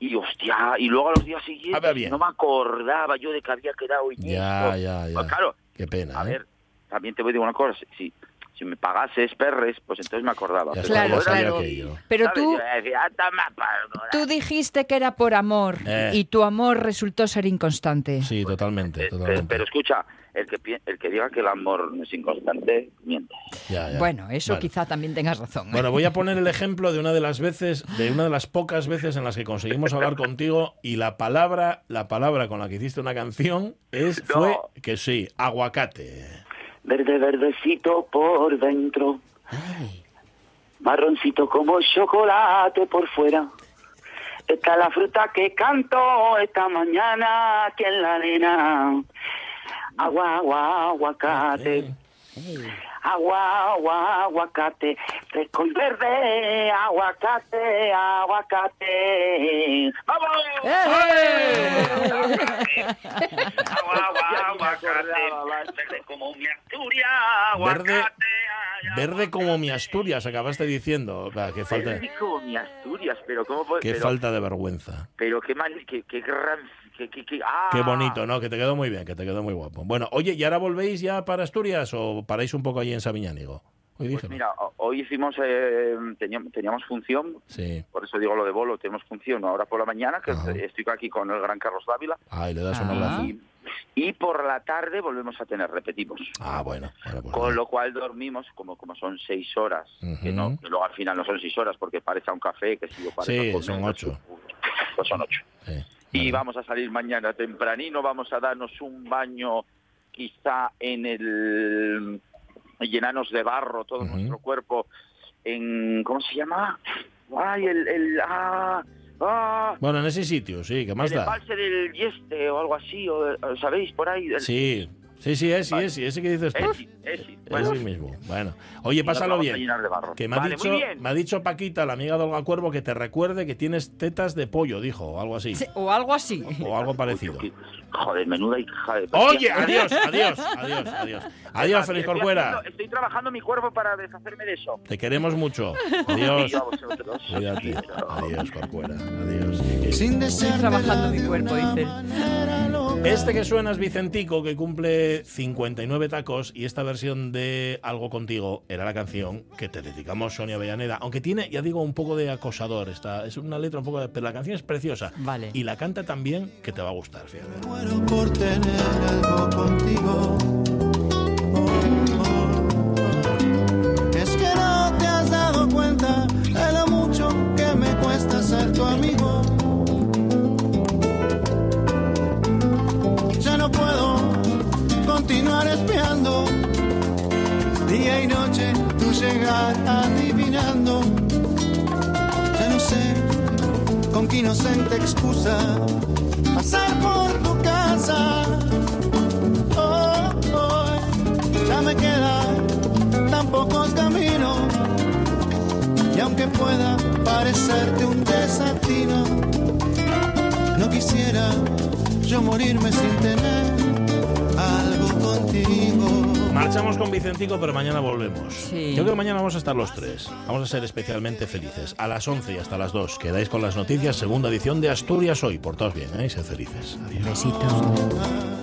Speaker 11: y hostia, y luego a los días siguientes
Speaker 1: Habla Ah, bien.
Speaker 11: no me acordaba yo de que había quedado y
Speaker 1: ya,
Speaker 11: esto.
Speaker 1: ya, ya.
Speaker 11: Pues claro,
Speaker 1: Qué pena.
Speaker 11: a
Speaker 1: ¿eh?
Speaker 11: ver, también te voy a decir una cosa, si- si, si me pagases perres, pues entonces me acordaba.
Speaker 1: Ya
Speaker 11: Pero
Speaker 1: está,
Speaker 11: como
Speaker 1: ya
Speaker 11: era-
Speaker 1: sabía aquello.
Speaker 2: Pero
Speaker 11: ¿sabes?
Speaker 2: tú-
Speaker 11: Yo decía, "Ah, toma, perdona".
Speaker 2: Tú dijiste que era por amor
Speaker 11: Eh.
Speaker 2: y tu amor resultó ser inconstante.
Speaker 1: Sí, totalmente,
Speaker 11: Pero,
Speaker 1: totalmente.
Speaker 11: Eh, pero escucha, el que, pi- el que diga que el amor no es inconstante, miente.
Speaker 1: Ya, ya.
Speaker 2: Bueno, eso
Speaker 1: Vale.
Speaker 2: quizá también tengas razón. ¿eh?
Speaker 1: Bueno, voy a poner el ejemplo de una de las veces, de una de las pocas veces en las que conseguimos hablar contigo y la palabra, la palabra con la que hiciste una canción es fue que sí, aguacate.
Speaker 12: Verde, verdecito por dentro. Marroncito como chocolate por fuera. Esta es la fruta que canto esta mañana aquí en la arena. Agua, agua, aguacate. Agua, agua, aguacate. Fresco y verde, aguacate, aguacate. ¡Vamos!
Speaker 2: eh,
Speaker 1: Verde, verde como mi Asturias, acabaste diciendo. Va, qué falta,
Speaker 11: Perdí como mi Asturias, pero cómo puede-
Speaker 1: qué
Speaker 11: pero,
Speaker 1: falta de vergüenza.
Speaker 11: pero qué mal, qué, qué gran, qué, qué- qué- ah,
Speaker 1: Qué bonito, ¿no? Que te quedó muy bien, que te quedó muy guapo. Bueno, oye, ¿y ahora volvéis ya para Asturias o paráis un poco allí en Sabiñánigo? Hoy
Speaker 11: Pues
Speaker 1: dije, ¿no?
Speaker 11: mira, ho- hoy hicimos, eh, teníamos, teníamos función,
Speaker 1: Sí.
Speaker 11: por eso digo lo de bolo, tenemos función ahora por la mañana, que estoy aquí con el gran Carlos Dávila,
Speaker 1: Ay, le das
Speaker 11: Ah.
Speaker 1: un abrazo.
Speaker 11: y, y por la tarde volvemos a tener, repetimos.
Speaker 1: Ah, bueno. bueno, pues
Speaker 11: Con lo cual dormimos, como, como son seis horas, que no, que luego al final no son seis horas porque parece un café, que si yo parezca
Speaker 1: Sí,
Speaker 11: comer,
Speaker 1: son ocho.
Speaker 11: pues son ocho. Y vamos a salir mañana tempranino, vamos a darnos un baño quizá en el... llenarnos de barro todo nuestro cuerpo en... ¿Cómo se llama? Ay, el... el ah, ah,
Speaker 1: Bueno, en ese sitio, sí, ¿qué más
Speaker 11: el
Speaker 1: da?
Speaker 11: embalse del Yeste o algo así, o, o ¿sabéis? Por ahí. el-
Speaker 1: Sí, sí, sí, es, sí, es, sí, ese que dices tú.
Speaker 11: Esi, Esi, bueno.
Speaker 1: Ese mismo. Bueno, oye,
Speaker 11: Y nos
Speaker 1: pásalo
Speaker 11: vamos a
Speaker 1: bien.
Speaker 11: llenar de barro.
Speaker 1: Que me, ha
Speaker 11: Vale,
Speaker 1: dicho,
Speaker 11: muy bien.
Speaker 1: me ha dicho Paquita, la amiga de Olga Cuervo, que te recuerde que tienes tetas de pollo, dijo, o algo así.
Speaker 2: O algo así.
Speaker 1: O algo parecido.
Speaker 11: Joder, menuda hija de...
Speaker 1: Oye, adiós, adiós, adiós, adiós. Adiós, Félix
Speaker 11: Estoy
Speaker 1: Corcuera.
Speaker 11: haciendo- Estoy trabajando mi cuerpo para deshacerme de eso.
Speaker 1: Te queremos mucho.
Speaker 11: Y
Speaker 1: Adiós.
Speaker 11: yo a vosotros.
Speaker 1: Cuídate. Adiós, Corcuera. Adiós.
Speaker 2: Estoy trabajando mi cuerpo, dice.
Speaker 1: Este que suena es Vicentico, que cumple 59 tacos, y esta versión de Algo Contigo era la canción que te dedicamos Sonia Avellaneda. Aunque tiene, ya digo, un poco de acosador. Está, es una letra un poco de. Pero la canción es preciosa. Vale. Y la canta también que te va a gustar, fíjate.
Speaker 13: por tener algo contigo. Es que no te has dado cuenta de lo mucho que me cuesta ser tu amigo. Ya no puedo continuar espiando día y noche tu llegar adivinando. Ya no sé con qué inocente excusa pasar por tu casa. Oh, oh, ya me quedan tan pocos caminos. Y aunque pueda parecerte un desatino, no quisiera yo morirme sin tener algo contigo.
Speaker 1: Marchamos con Vicentico, pero mañana volvemos. Yo creo que mañana vamos a estar los tres. Vamos a ser especialmente felices. A las 11 y hasta las 2. Quedáis con las noticias, segunda edición de Asturias hoy. Portaos bien, ¿eh? Y sed felices. Adiós.
Speaker 2: Besitos.